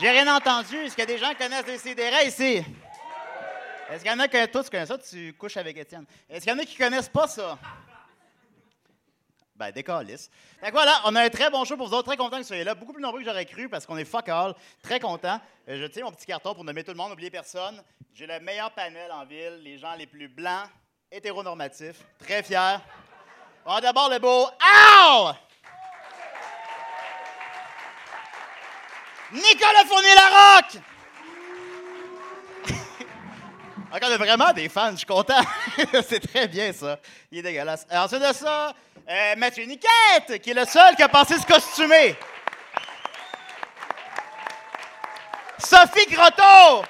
J'ai rien entendu. Est-ce qu'il y a des gens qui connaissent les sidérés ici? Est-ce qu'il y en a qui toi tu connais ça? Tu couches avec Étienne. Est-ce qu'il y en a qui connaissent pas ça? Ben, décalisse. Fait que voilà, on a un très bon show pour vous autres. Très content que vous soyez là. Beaucoup plus nombreux que j'aurais cru parce qu'on est fuck all. Très content. Euh, Je tiens mon petit carton pour nommer tout le monde, n'oubliez personne. J'ai le meilleur panel en ville, les gens les plus blancs, hétéronormatifs. Très fier. On a d'abord le beau Al! Nicolas Fournier-Larocque! Encore vraiment des fans, je suis content. c'est très bien, ça. Il est dégueulasse. Euh, ensuite de ça, euh, Mathieu Niquette, qui est le seul qui a pensé se costumer. Sophie Grotto.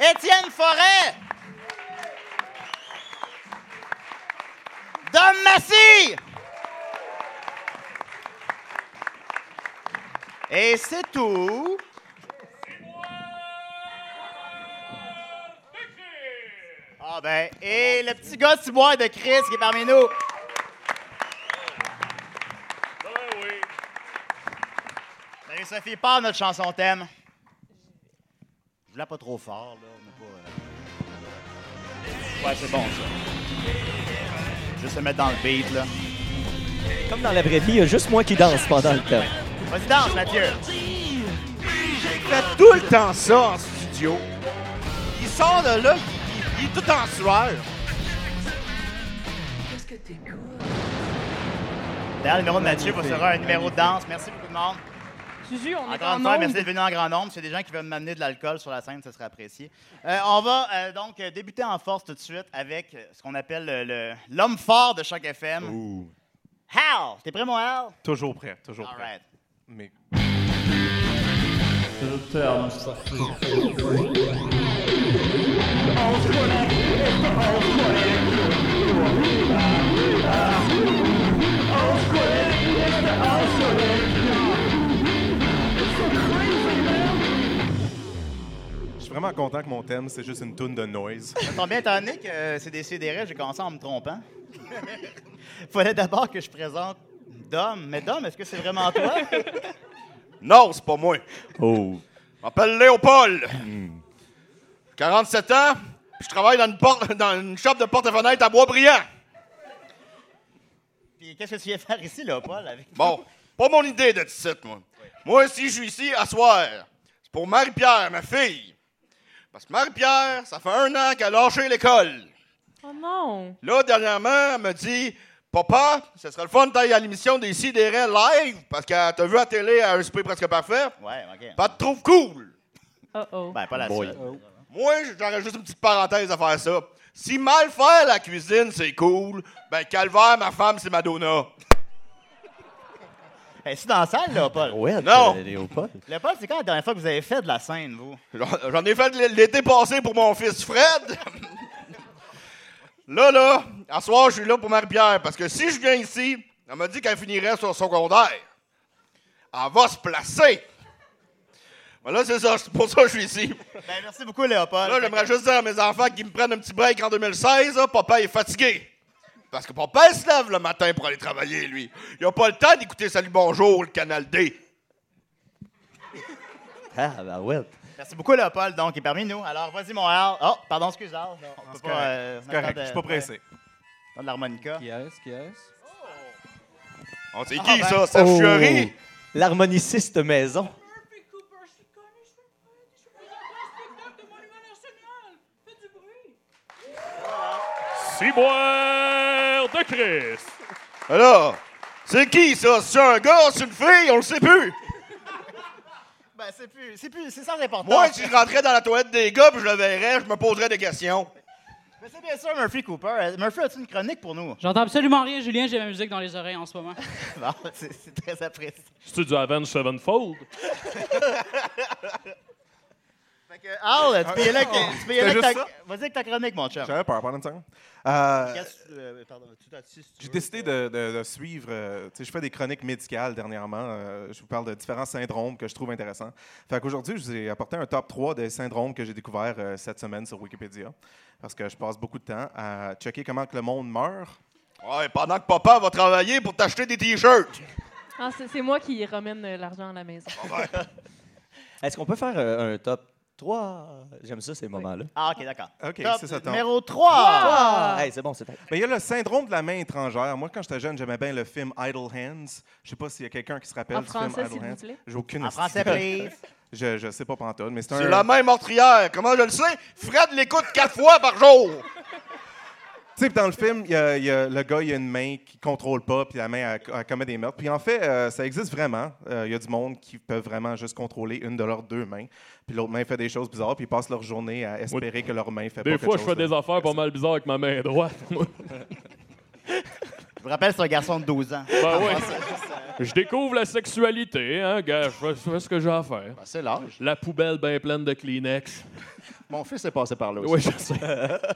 Étienne Forêt. Dom Massy. Et c'est tout. Ah ben, et le petit gars ciboire de Chris qui est parmi nous. Ben oui. Salut Sophie, part notre chanson thème. Je voulais pas trop fort, là. on est pas, euh. Ouais, c'est bon, ça. Juste se mettre dans le beat, là. Comme dans la vraie vie, il y a juste moi qui danse pendant le temps. Vas-y, danse, Mathieu. fait tout le temps ça en studio. Il sort de là, il, il- il est tout en sueur. D'ailleurs, le numéro de Mathieu va sera un numéro de danse. Merci beaucoup de monde. Suzu, on est Encore en une fois, merci nombre. d'être venu en grand nombre. S'il y a des gens qui veulent m'amener de l'alcool sur la scène, ce serait apprécié. Euh, on va euh, donc euh, débuter en force tout de suite avec euh, ce qu'on appelle euh, le- l'homme fort de Choc FM. Hal! T'es prêt, mon Hal? Toujours prêt, toujours All prêt. right. Mais je suis vraiment content que mon thème, c'est juste une toune de noise. Ça tombe bien, étant donné que euh, c'est des CDR, j'ai commencé en me trompant. Fallait d'abord que je présente Dom. Mais Dom, est-ce que c'est vraiment toi? Non, c'est pas moi. Oh. Je m'appelle Léopold. 47 ans. puis Je travaille dans une, porte, dans une shop de porte-fenêtre à Boisbriand. Puis qu'est-ce que tu viens faire ici, là, Paul? Avec... Bon, pas mon idée d'être ici, moi. Moi, si je suis ici à soir, c'est pour Marie-Pierre, ma fille. Parce que Marie-Pierre, ça fait un an qu'elle a lâché l'école. Oh non! Là, dernièrement, elle me dit Papa, ce serait le fun d'aller à l'émission des Sidérés live, parce qu'elle t'a vu à télé à un spray presque parfait. Ouais, OK. Pas te trouve cool. Oh oh. Ben, pas la Boy. seule. Moi, j'aurais juste une petite parenthèse à faire ça. Si mal faire la cuisine, c'est cool, ben calvaire, ma femme, c'est Madonna. Elle est ici dans la salle, là, Paul? Ouais, Non. euh, Léopold. Le Paul, c'est quand la dernière fois que vous avez fait de la scène, vous? J'en j'en ai fait l'été passé pour mon fils Fred. Là, là, à soir, je suis là pour Marie-Pierre, parce que si je viens ici, elle m'a dit qu'elle finirait sur secondaire. Elle va se placer. Ben là, c'est ça, c'est pour ça que je suis ici. Ben, merci beaucoup, Léopold. Là, j'aimerais juste dire à mes enfants qu'ils me prennent un petit break en 2016. là, papa est fatigué. Parce que papa il se lève le matin pour aller travailler, lui. Il n'a pas le temps d'écouter Salut Bonjour, le Canal D. Ah, bah ouais. Merci beaucoup, Léopold, donc, qui est parmi nous. Alors, vas-y, mon Hal. Oh, pardon, excuse, Hal. On peut c'est pas... correct, euh, c'est on correct, attend de- je suis pas pressé. attend de l'harmonica. Qui est-ce? Qui est-ce? On sait Ah, qui, ben. ça? Serge Fiori? Oh. L'harmoniciste maison. Ciboire de Chris. Alors, c'est qui, ça? C'est un gars, c'est une fille? On le sait plus. Ben, c'est plus... C'est plus... C'est sans importance. Moi, si je rentrais dans la toilette des gars puis je le verrais, je me poserais des questions. Mais c'est bien sûr Murphy Cooper. Euh, Murphy, as-tu une chronique pour nous? J'entends absolument rien, Julien, j'ai ma musique dans les oreilles en ce moment. Bon, c'est c'est très apprécié. C'est-tu du Avenge Sevenfold? Fait que, Al, Ah, tu peux y aller avec, tu peux y aller Ah, avec C'était ta, juste vas-y avec ta chronique, mon chum. J'avais peur, pendant une seconde. Euh, Qu'est-ce que, euh, pardon, tu t'assis, si tu J'ai veux. décidé de, de- de suivre. euh, tu sais, je fais des chroniques médicales dernièrement. euh, je vous parle de différents syndromes que je trouve intéressants. Fait qu'aujourd'hui, je vous ai apporté un top 3 des syndromes que j'ai découverts euh, cette semaine sur Wikipédia. Parce que je passe beaucoup de temps à checker comment que le monde meurt. Ouais, pendant que papa va travailler pour t'acheter des T-shirts. Ah, c'est c'est moi qui ramène euh, l'argent à la maison. Ah Est-ce qu'on peut faire euh, un top 3? J'aime ça, ces moments-là. Ah, OK, d'accord. OK, Top c'est ça, ton. numéro 3. Ah! Hey, c'est bon, c'est bon. Mais il y a le syndrome de la main étrangère. Moi, quand j'étais jeune, j'aimais bien le film Idle Hands. Je sais pas s'il y a quelqu'un qui se rappelle En du français, film s'il Idle vous Hands. plaît. J'ai aucune En idée. français, please. Je, je sais pas pantoute, mais c'est un... C'est la même meurtrière. Comment je le sais? Fred l'écoute quatre fois par jour. Tu sais, puis dans le film, il y a- il y a- le gars, il a une main qui contrôle pas, puis la main, elle, elle commet des meurtres. Puis en fait, euh, ça existe vraiment. Euh, Il y a du monde qui peut vraiment juste contrôler une de leurs deux mains. Puis l'autre main fait des choses bizarres, puis ils passent leur journée à espérer que leur main fait pas Des fois, quelque je chose fais des hein. de- affaires pas mal bizarres avec ma main droite. moi. Je vous rappelle, c'est un garçon de 12 ans. ben ouais. Je découvre la sexualité, hein, gars. Je fais- je fais ce que j'ai à faire. Ben, c'est l'âge. La poubelle bien pleine de Kleenex. Mon fils est passé par là aussi. Oui, je sais.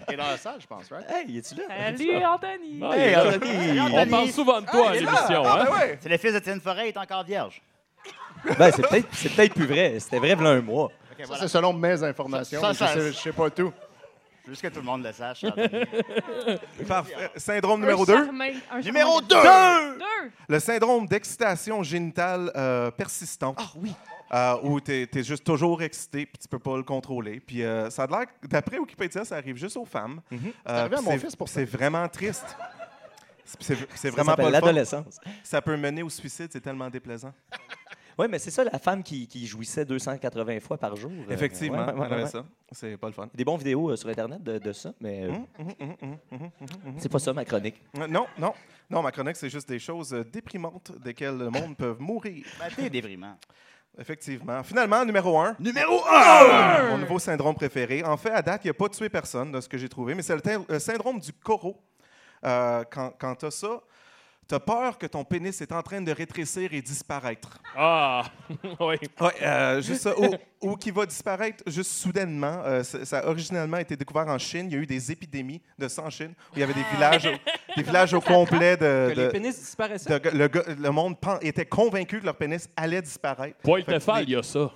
Il est dans la salle, je pense, right? Hey, es-tu là? Salut, Anthony! Ah, Hey, il est là. Anthony! On parle souvent de Ah, toi à l'émission, hein? C'est le fils de Tine Forêt, il est encore vierge. Ben, c'est peut-être c'est peut-être plus vrai. C'était vrai, v'là un mois. OK, Ça, voilà. c'est selon mes informations. Ça, ça, je, ça- sais, je sais pas tout. Juste que tout le monde le sache. Anthony. Parfait. Syndrome numéro 2. Numéro 2. 2! Le syndrome d'excitation génitale euh, persistante. Ah oui. où tu es, juste toujours excité puis tu peux pas le contrôler. Puis euh, ça a l'air, que- d'après Wikipédia, ça arrive juste aux femmes. Euh, arrivé à puis mon c'est- fils pour Mhm. ça. C'est vraiment triste. C'est- C'est c'est Ça vraiment s'appelle pas le fun. l'adolescence. Ça peut mener au suicide, c'est tellement déplaisant. Oui, mais c'est ça, la femme qui, qui jouissait 280 fois par jour. Euh, Effectivement, ouais, ouais, ouais, ouais, ouais. ça, c'est pas le fun. Hum. Il y a Des bons vidéos euh, sur Internet de, de ça, mais euh, c'est pas ça ma chronique. Euh, Non, non, non, ma chronique, c'est juste des choses euh, déprimantes desquelles le monde peut mourir. Ben, t'es déprimant. Effectivement. Finalement, numéro un. Numéro Mon nouveau syndrome préféré. En fait, à date, il n'a pas tué personne de ce que j'ai trouvé, mais c'est le, tein- le syndrome du coro. Euh, quand quand tu as ça, tu as peur que ton pénis est en train de rétrécir et disparaître. Ah, oui. Ouais, euh, juste ça, ou, ou qui va disparaître juste soudainement. Euh, ça, ça a originalement été découvert en Chine. Il y a eu des épidémies de ça en Chine, où il y avait des villages, au- des villages au complet de... Euh, de- pénis disparaissaient. de- le, gars- le monde pen- était convaincu que leur pénis allait disparaître. Poil Fait que Tefal, il y a ça.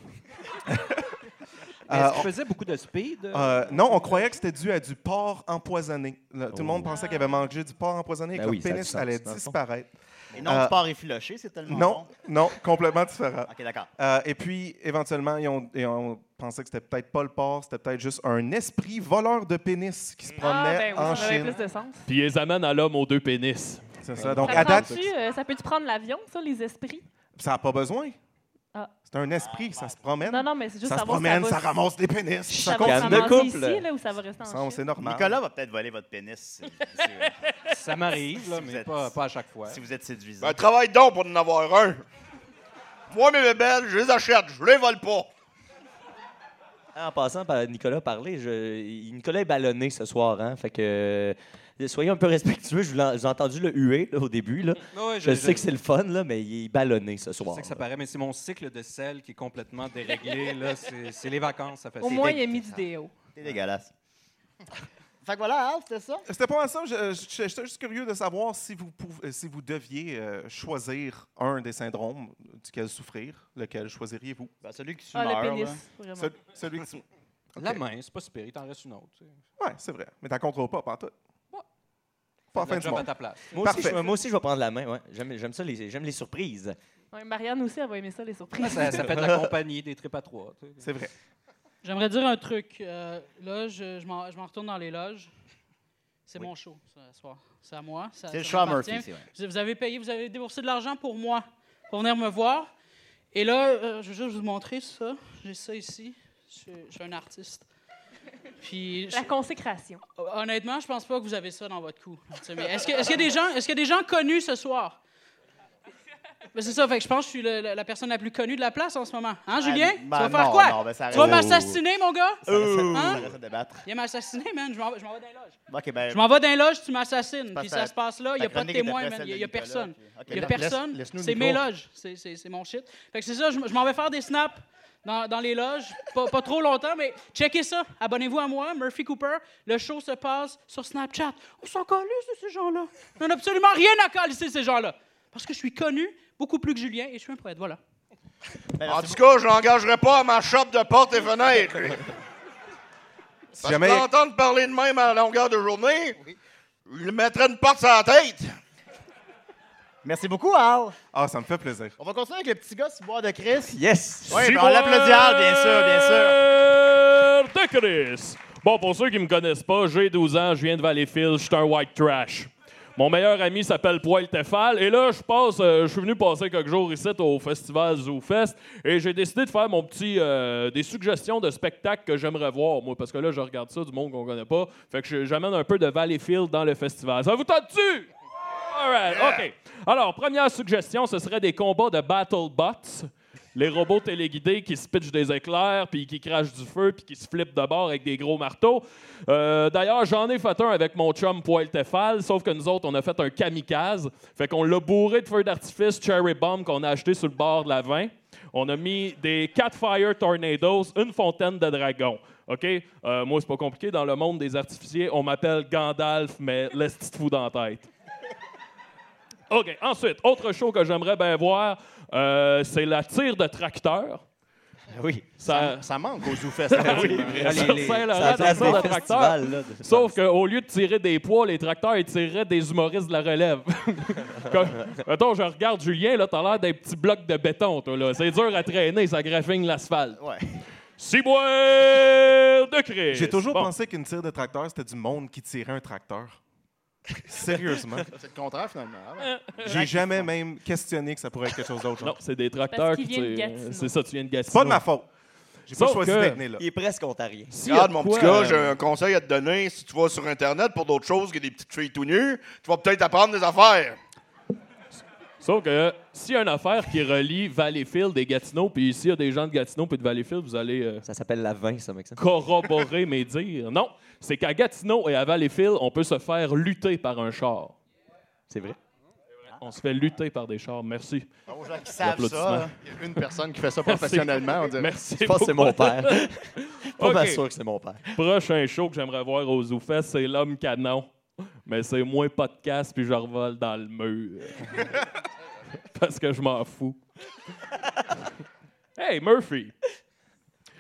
Mais Est-ce Euh, qu'ils faisaient beaucoup de speed? Euh, non, on croyait que c'était dû à du porc empoisonné. Le- Tout le monde pensait qu'il avait mangé du porc empoisonné et Ben que oui, le ça a du pénis sens, allait dans le fond. disparaître. Et non, Euh, tu pars effiloché, c'est tellement Non, bon. non, complètement différent. OK, d'accord. Euh, et puis, éventuellement, ils ont, ils ont pensé que c'était peut-être pas le porc, c'était peut-être juste un esprit voleur de pénis qui se Ah, promenait ben en oui, ça aurait Chine. plus de sens. Puis ils les amènent à l'homme aux deux pénis. C'est ça. Donc, Ça, à date, prend-tu, euh, ça peut-tu prendre l'avion, ça, les esprits? ça n'a pas besoin. Ah. C'est un esprit, ça se promène. Non, non, mais c'est juste ça se savoir promène, si ça ça va, ramasse des pénis. si ça Ça va se Calme de ramasser couple. ici, là, ou ça va rester en compte, Chine. c'est normal. Nicolas va peut-être voler votre pénis si, si- Ça m'arrive, là, Si vous mais êtes- pas, pas à chaque fois. si vous êtes séduisant. Ben, Bah, travaille donc pour en avoir un. Moi, mes bébelles, je les achète, je les vole pas. En passant par Nicolas parler, je- Nicolas est ballonné ce soir, hein, fait que euh, soyez un peu respectueux. Je vous l'en- j'ai entendu le huer là, au début, là. Ouais, Je, sais que c'est le fun, là, mais il est ballonné ce Je soir. sais que ça là. paraît, mais c'est mon cycle de sel qui est complètement déréglé. là. C'est c'est les vacances, ça fait Au c'est moins, dé- il a mis du déo. C'est dégueulasse. fait que voilà, Al, c'était ça? C'était pas mal ça. Je- je- J'étais juste curieux de savoir si vous, pouv- euh, si vous deviez euh, choisir un des syndromes duquel souffrir, lequel choisiriez-vous? Ben, celui qui Ah, meurt, le pénis, là. vraiment. Ce- celui qui... La main, c'est pas super, il t'en reste une autre. tu sais. Ouais, c'est vrai. Mais t'en contrôles pas, pantoute. Pas en Fais fin le du job à monde. ta place. Moi aussi, je, Parfait. moi aussi, je vais prendre la main. ouais. J'aime j'aime ça, les, j'aime les surprises. Ouais, Marianne aussi, elle va aimer ça, les surprises. Ah, Ça, ça fait de la compagnie, des trips à trois. tu sais. C'est vrai. J'aimerais dire un truc. Euh, là, je, je m'en je m'en retourne dans les loges. C'est mon show, ça, ce soir. C'est à moi. ça- C'est le ça choix à m'appartient. Murphy, c'est vrai. Vous- Vous avez payé, vous avez déboursé de l'argent pour moi, pour venir me voir. Et là, euh, je veux juste vous montrer ça. J'ai ça ici. Je, je suis un artiste. Puis, je- La consécration. honnêtement, je pense pas que vous avez ça dans votre cou. Tu sais, mais Est-ce que- est-ce qu'il y, est qu'il y a des gens connus ce soir? Ben, c'est ça, fait que je pense que je suis le- la, la personne la plus connue de la place en ce moment. Hein, Julien? ben, tu vas faire non, quoi? non, ben, ça tu vas reste- m'assassiner, mon gars? Ça reste- ça Hein? reste à débattre. Viens m'assassiner, man. Je m'en vais je m'en vais dans les loges. OK, ben, Je m'en vais dans les loges, tu m'assassines. Parce Puis que ça ta- se passe là, il n'y ta a pas de chronique est témoin, après man. celle Il de n'y a Nicolas, personne. puis- OK, ben- Il n'y a Laisse- personne. laisse-nous le C'est micro. mes loges. C'est- C'est c'est mon shit. Fait que c'est ça, je, m- je m'en vais faire des snaps dans, dans les loges. Pas, pas trop longtemps, mais checkez ça. Abonnez-vous à moi, Murphy Cooper. Le show se passe sur Snapchat. On s'en calisse de ces gens-là. On n'a absolument rien à calisser de ces gens-là. Parce que je suis connu beaucoup plus que Julien et je suis un poète. Voilà. ben, En merci tout cas, je l'engagerai pas à ma shop de porte et fenêtre. lui. Si Parce jamais, que l'entendre parler de même à la longueur de journée, il mettrait une porte sur la tête. Merci beaucoup, Al. Ah, ça me fait plaisir. On va continuer avec le petit gars sous bois de Chris. Yes! Oui, ben, on l'applaudit, Al, bien sûr, De bien sûr. Chris. Bon, pour ceux qui me connaissent pas, j'ai 12 ans, je viens de Valleyfield, je suis un white trash. Mon meilleur ami s'appelle Poil Tefal et là, je passe, euh, je suis venu passer quelques jours ici au festival ZooFest et j'ai décidé de faire mon petit, euh, des suggestions de spectacles que j'aimerais voir, moi, parce que là, je regarde ça du monde qu'on connaît pas, fait que je- j'amène un peu de Valleyfield dans le festival. Ça vous tente-tu? All right, OK. Alors, première suggestion, ce serait des combats de Battle Bots. Les robots téléguidés qui se pitchent des éclairs, puis qui crachent du feu, puis qui se flippent de bord avec des gros marteaux. Euh, D'ailleurs, j'en ai fait un avec mon chum Poil Tefal, sauf que nous autres, on a fait un kamikaze. Fait qu'on l'a bourré de feux d'artifice Cherry Bomb qu'on a acheté sur le bord de la 20. On a mis des Catfire Tornadoes, une fontaine de dragons. OK? Euh, moi, c'est pas compliqué. Dans le monde des artificiers, on m'appelle Gandalf, mais laisse te fou dans la tête. OK. Ensuite, autre show que j'aimerais bien voir, euh, c'est la tire de tracteur. Oui. Ça, Ça manque aux zoufesses. oui. ça sert la Ça place tire de des tracteur. festivals, là. de- Sauf qu'au lieu de tirer des poids, les tracteurs, ils tiraient des humoristes de la relève. Comme, mettons, je regarde Julien, là, t'as l'air d'un petit bloc de béton, toi, là. C'est dur à traîner, ça graffigne l'asphalte. Ouais. Ciboire de Chris. J'ai toujours Bon. pensé qu'une tire de tracteur, c'était du monde qui tirait un tracteur. Sérieusement. C'est le contraire, finalement. Ah ouais. J'ai jamais même questionné que ça pourrait être quelque chose d'autre. genre. Non, c'est des Parce tracteurs qu'il qui vient de tirent. Gatineau. C'est ça, tu viens de C'est Gatineau. pas de ma faute. J'ai pas Sauf choisi que- d'être né là. Il est presque ontarien. S'il y a Regarde, de mon quoi, petit gars, euh, j'ai un conseil à te donner. Si tu vas sur Internet pour d'autres choses que des petites filles tout nues, tu vas peut-être apprendre des affaires. Sauf que s'il y a une affaire qui relie Valleyfield et Gatineau, puis ici, il y a des gens de Gatineau puis de Valleyfield, vous allez euh, Ça s'appelle la 20, ça, mec. ça. corroborer mes dires. Non, c'est qu'à Gatineau et à Valleyfield, on peut se faire lutter par un char. C'est vrai. On se fait lutter par des chars. Merci. Aux gens qui savent ça. hein. Applaudissements. là. Il y a une personne qui fait ça professionnellement, on dirait. Merci. Je pense que c'est mon père. Pas Ok. mal sûr que c'est mon père. Prochain show que j'aimerais voir aux Zoufest, c'est L'Homme Canon. Mais c'est moins podcast, puis je revole dans le mur. Parce que je m'en fous. Hey, Murphy!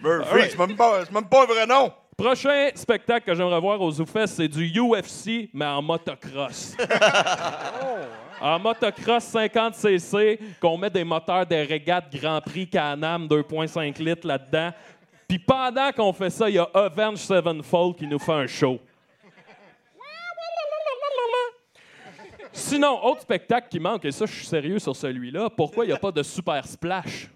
Murphy, c'est même, pas- c'est même pas un vrai nom. Prochain spectacle que j'aimerais voir aux Zoufest, c'est du UFC, mais en motocross. Oh, hein? En motocross 50cc, qu'on met des moteurs des régates Grand Prix Can-Am 2.5 litres là-dedans. Puis pendant qu'on fait ça, il y a Avenge Sevenfold qui nous fait un show. Sinon, autre spectacle qui manque, et ça, je suis sérieux sur celui-là, pourquoi il n'y a pas de Super Splash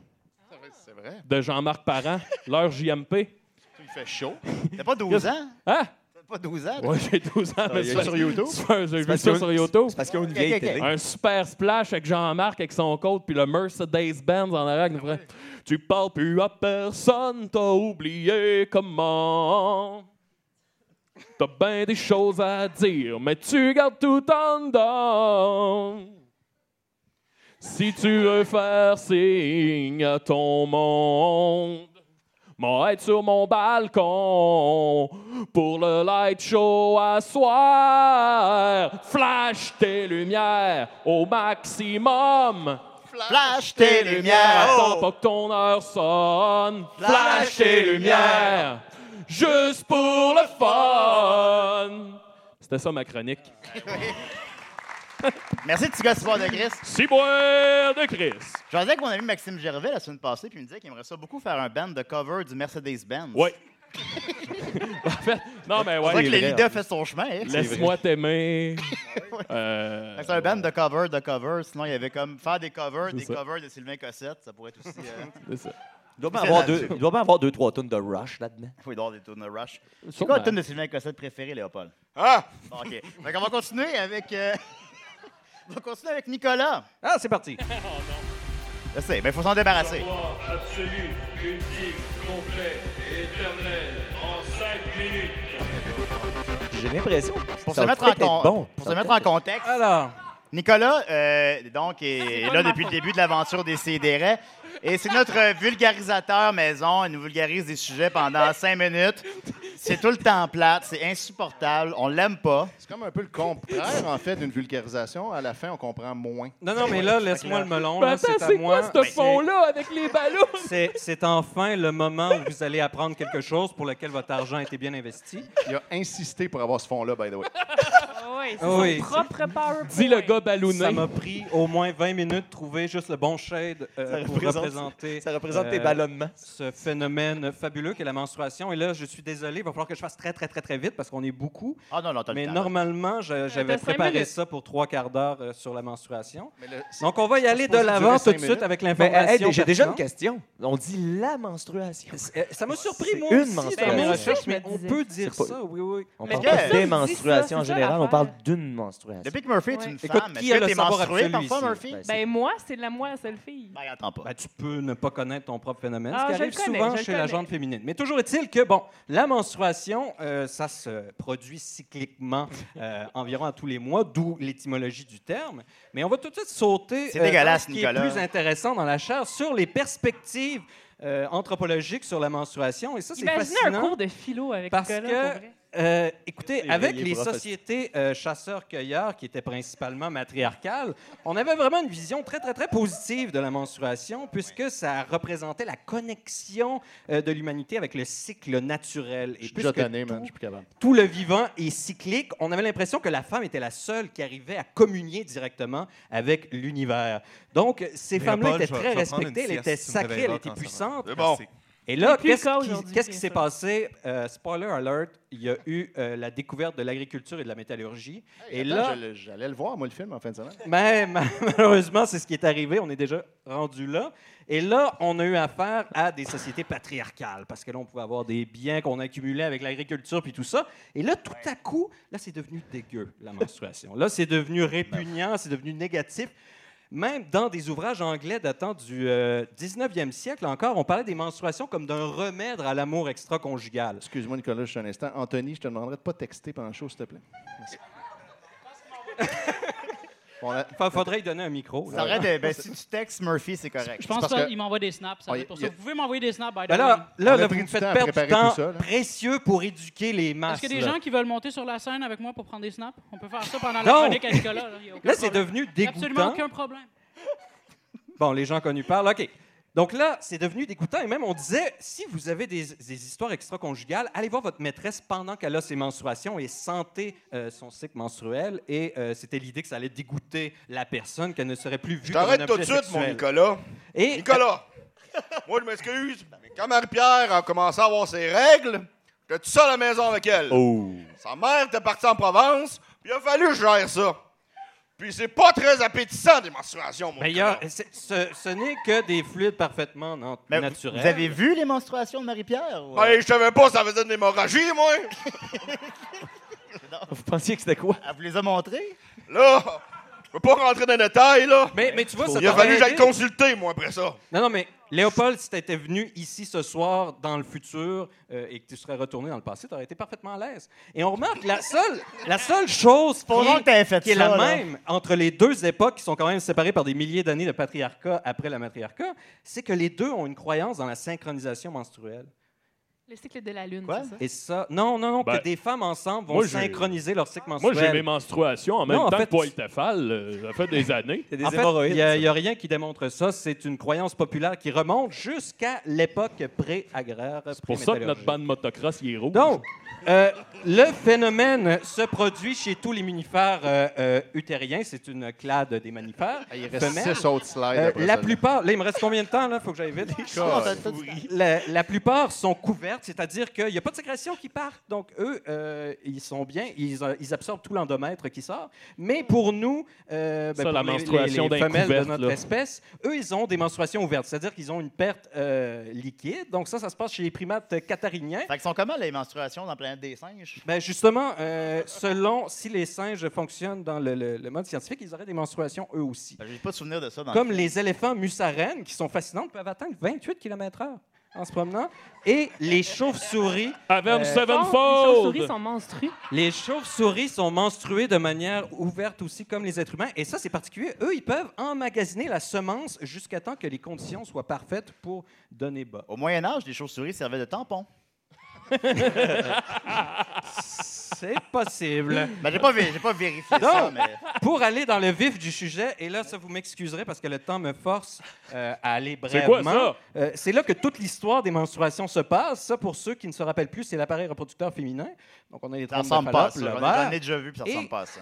C'est vrai. de Jean-Marc Parent, leur JMP? Il fait chaud. T'as pas 12 ans? Hein? T'as pas 12 ans? Ouais, j'ai 12 ans, mais il y a ça- Sur YouTube. c'est un- J'ai vu parce ça que- sur YouTube. C'est parce qu'ils ont une Ok, vieille ok, ok. télé. Un super splash avec Jean-Marc avec son code puis le Mercedes-Benz en arrière. qui nous ferait, Tu parles plus à personne, t'as oublié comment. T'as bien des choses à dire, mais tu gardes tout en dedans. Si tu veux faire signe à ton monde, moi être sur mon balcon pour le light show à soir. Flash tes lumières au maximum. Flash tes lumières! Attends pas que ton heure sonne. Flash tes lumières. Juste pour le fun. C'était ça ma chronique. Ben Merci, petit gars sous bois de Chris. Ciboire de Chris. J'en disais avec mon ami Maxime Gervais la semaine passée, puis il me disait qu'il aimerait ça beaucoup faire un band de cover du Mercedes-Benz. Oui. en fait, non, mais C'est vrai que ouais. le leader fait son chemin. hein. Laisse-moi t'aimer. Euh, Fait que C'est un band de cover, de cover. Sinon, il y avait comme faire des covers, des ça. covers de Sylvain Cossette. Ça pourrait être aussi. euh, c'est ça. Il doit bien C'est avoir la- deux- il doit bien avoir deux, trois tonnes de rush là-dedans. Il faut y avoir des tunes de Rush. Euh, C'est Sûrement. quoi la tune de Sylvain Cossette préférée, Léopold? Ah! Hein? Bon, OK. Fait qu'on va continuer avec. euh, on va continuer avec Nicolas. Ah, c'est parti. Je sais, mais il faut s'en débarrasser. absolu, ultime, complet et éternel en 5 minutes. J'ai l'impression. Pour se mettre en, con- pour se mettre en contexte. Alors, Nicolas, euh, donc, est, est pas là de ma depuis le faute. début de l'aventure des CDR. Et c'est notre vulgarisateur maison. Il nous vulgarise des sujets pendant cinq minutes. C'est tout le temps plate, c'est insupportable, on l'aime pas. C'est comme un peu le contraire, en fait, d'une vulgarisation. À la fin, on comprend moins. non, non, mais là, laisse-moi le melon. là, attends, c'est à c'est moi. quoi ce fond-là avec les ballons? C'est c'est enfin le moment où vous allez apprendre quelque chose pour lequel votre argent a été bien investi. Il a insisté pour avoir ce fond-là, by the way. Ah ouais. ouais, c'est Ah son oui. propre PowerPoint. Dis le gars balouné. Ça m'a pris au moins 20 minutes de trouver juste le bon shade euh, Ça pour représente- représenter Ça représente tes Euh, ballonnements. ce phénomène fabuleux qu'est la menstruation. Et là, je suis désolé, il va falloir que je fasse très, très, très, très vite parce qu'on est beaucoup. Ah non, non, t'as le Mais temps, là. normalement, je- j'avais t'as cinq préparé minutes. ça pour trois quarts d'heure euh, sur la menstruation. Mais le- Donc, on va y aller de supposé durer l'avant tout cinq de suite minutes. avec Mais l'information. hey, j'ai déjà une question. pertinente. On dit la menstruation. Euh, Ça m'a surpris, C'est moi une aussi, dans menstruation. mes Ben, recherches, moi aussi, mais je me on disais. peut dire C'est pas- ça, oui, oui. On Mais parle que- pas des ça, c'est menstruations en ça général, on l'affaire. parle d'une menstruation. Depuis que Murphy est Ouais. une Écoute, femme, qui est-ce a que le t'es savoir menstruée absolu parfois, ici? Murphy? Ben, c'est- Ben, moi, c'est de la moi, la seule fille. Ben, attends pas. Ben, tu peux ne pas connaître ton propre phénomène, Ah, ce qui je arrive le connais, souvent je le chez la connais. gente féminine. Mais toujours est-il que, bon, la menstruation, euh, ça se produit cycliquement euh, environ à tous les mois, d'où l'étymologie du terme. Mais on va tout de suite sauter C'est dans dégueulasse, ce qui Nicolas. est plus intéressant dans la chaire sur les perspectives euh, anthropologiques sur la menstruation. Et ça, c'est Imaginez fascinant. un cours de philo avec Parce Nicolas, que- pour vrai. Euh, écoutez, C'est avec les les profs. sociétés euh, chasseurs-cueilleurs qui étaient principalement matriarcales, on avait vraiment une vision très, très, très positive de la menstruation puisque ça représentait la connexion euh, de l'humanité avec le cycle naturel. Je Et suis déjà puisque tanné, tout, man. Je suis plus capable. tout le vivant est cyclique, on avait l'impression que la femme était la seule qui arrivait à communier directement avec l'univers. Donc, ces Mais femmes-là Paul, étaient je vais- très je vais prendre une respectées, elles sieste, étaient tu me sacrées, elles réveilleras étaient quand ça va. puissantes. C'est bon. Et C'est là, plus le qu'est-ce cas qui, aujourd'hui, qu'est-ce qui bien s'est sûr. passé? Euh, spoiler alert, il y a eu euh, la découverte de l'agriculture et de la métallurgie. Hey, et attends, là, Ah, je le- j'allais le voir, moi, le film, en fin de semaine. mais Ben, ma- malheureusement, c'est ce qui est arrivé. On est déjà rendu là. Et là, on a eu affaire à des sociétés patriarcales parce que là, on pouvait avoir des biens qu'on accumulait avec l'agriculture puis tout ça. Et là, tout à coup, là, c'est devenu dégueu, la menstruation. Là, c'est devenu répugnant, c'est devenu négatif. Même dans des ouvrages anglais datant du euh, 19e siècle encore, on parlait des menstruations comme d'un remède à l'amour extra-conjugal. Excuse-moi, Nicolas, juste un instant. Anthony, je te demanderais de pas texter pendant le show, s'il te plaît. Merci. Bon, là- Fa- Faudrait y donner un micro. Ça là. aurait des- ben, si tu textes Murphy, c'est correct. Je pense parce pas que- qu'il m'envoie des snaps. Ça Ah, Oh, va y- être pour y- ça. Vous pouvez m'envoyer des snaps, by the Ben way. Ah, là, là, On a là, pris vous me du faites temps à perdre du préparer temps tout ça, là. précieux pour éduquer les masses. Est-ce qu'il y a des là. gens qui veulent monter sur la scène avec moi pour prendre des snaps? On peut faire ça pendant la Non. chronique à Nicolas. Là, y a aucun Là, c'est problème. devenu Y a Absolument dégoûtant. aucun problème. Bon, les gens connus parlent, OK. Donc là, c'est devenu dégoûtant. Et même, on disait, si vous avez des, des histoires extra-conjugales, allez voir votre maîtresse pendant qu'elle a ses menstruations et sentez euh, son cycle menstruel. Et euh, c'était l'idée que ça allait dégoûter la personne, qu'elle ne serait plus vue Je comme un t'arrête objet tout de suite, sexuel. mon Nicolas. Et Nicolas, euh, moi, je m'excuse, mais quand Marie-Pierre a commencé à avoir ses règles, j'étais tout seul à la maison avec elle. Oh. Sa mère était partie en Provence, puis il a fallu que je gère ça. Puis c'est pas très appétissant, des menstruations, mon d'ailleurs, Nicolas. c'est- ce, ce n'est que des fluides parfaitement non- Mais vous- naturels. Vous avez vu les menstruations de Marie-Pierre? ou, euh, Ben, je savais pas ça faisait une hémorragie, moi. Vous pensiez que c'était quoi? Elle vous les a montrées? Là, je peux pas rentrer dans les détails, là. Mais, mais tu vois, ça Il a t'aurait fallu que j'aille aidé. consulter, moi, après ça. Non, non, mais Léopold, si tu étais venu ici ce soir, dans le futur, euh, et que tu serais retourné dans le passé, tu aurais été parfaitement à l'aise. Et on remarque la seule, la seule chose qui, Pour que t'avais fait qui est ça, la là. même entre les deux époques, qui sont quand même séparées par des milliers d'années de patriarcat après la matriarcat, c'est que les deux ont une croyance dans la synchronisation menstruelle. Le cycle de la lune, Quoi? c'est ça? Et ça, non, non, non, Ben, que des femmes ensemble vont moi, j'ai- synchroniser leur cycle Moi, menstruel. j'ai mes menstruations en même Non, en temps fait, que Poil Tefal. euh, Ça fait des années. C'est des En fait, hémorroïdes. il n'y a, il y a rien qui démontre ça. C'est une croyance populaire qui remonte jusqu'à l'époque pré-agraire. C'est pour ça que notre bande motocross, il est rouge. Donc, euh, le phénomène se produit chez tous les mammifères euh, euh, utériens. C'est une clade des mammifères. Ah, il reste Femelles. six autres slides. Euh, après la ça, plupart, là, il me reste combien de temps? Il faut que j'aille vite. Ah, La, la plupart sont couvertes, c'est-à-dire qu'il n'y a pas de sécrétion qui part. Donc, eux, euh, ils sont bien, ils, euh, ils absorbent tout l'endomètre qui sort. Mais pour nous, euh, ben, Ça, pour la les- les- menstruation les, d'un femelles couverte, de notre là. espèce, eux, ils ont des menstruations ouvertes, c'est-à-dire qu'ils ont une perte euh, liquide. Donc, ça, ça se passe chez les primates cathariniens. Fait que sont comment les menstruations dans la planète des singes? Ben justement, euh, selon si les singes fonctionnent dans le, le- le mode scientifique, ils auraient des menstruations eux aussi. Ben, J'ai pas de souvenir de ça dans Comme les éléphants musaraignes, qui sont fascinantes, peuvent atteindre 28 km/h en se promenant. Et les chauves-souris, Ah, Avenge euh, Les chauves-souris Sevenfold! sont monstrueux. les chauves-souris sont menstruées de manière ouverte aussi, comme les êtres humains. Et ça, c'est particulier. Eux, ils peuvent emmagasiner la semence jusqu'à temps que les conditions soient parfaites pour donner bas. Au Moyen Âge, les chauves-souris servaient de tampons. C'est possible. Ben, j'ai pas, vé- j'ai pas vérifié Non. ça, mais. Pour aller dans le vif du sujet, et là, ça, vous m'excuserez parce que le temps me force euh, à aller C'est quoi, brièvement. ça? Euh, c'est là que toute l'histoire des menstruations se passe. Ça, pour ceux qui ne se rappellent plus, c'est l'appareil reproducteur féminin. Donc, on a les Ça trompes de ressemble pas à Fallope, ça. le J'en ai- verre. J'en ai déjà vu, puis ça Et- ressemble pas à ça.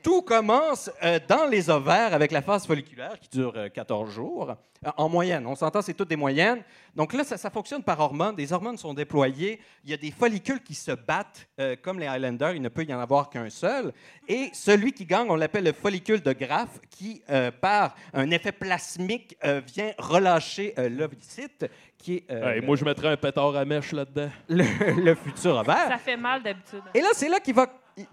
Tout commence euh, dans les ovaires avec la phase folliculaire qui dure euh, 14 jours. Euh, en moyenne, on s'entend, c'est toutes des moyennes. Donc là, ça, ça fonctionne par hormones. Des hormones sont déployées. Il y a des follicules qui se battent. euh, comme les Highlanders, il ne peut y en avoir qu'un seul. Et celui qui gagne, on l'appelle le follicule de Graff, qui, euh, par un effet plasmique, euh, vient relâcher euh, l'ovocyte, qui est euh, Hey, moi, je mettrais un pétard à mèche là-dedans. le, le futur ovaire. Ça fait mal d'habitude. Et là, c'est là qu'il va.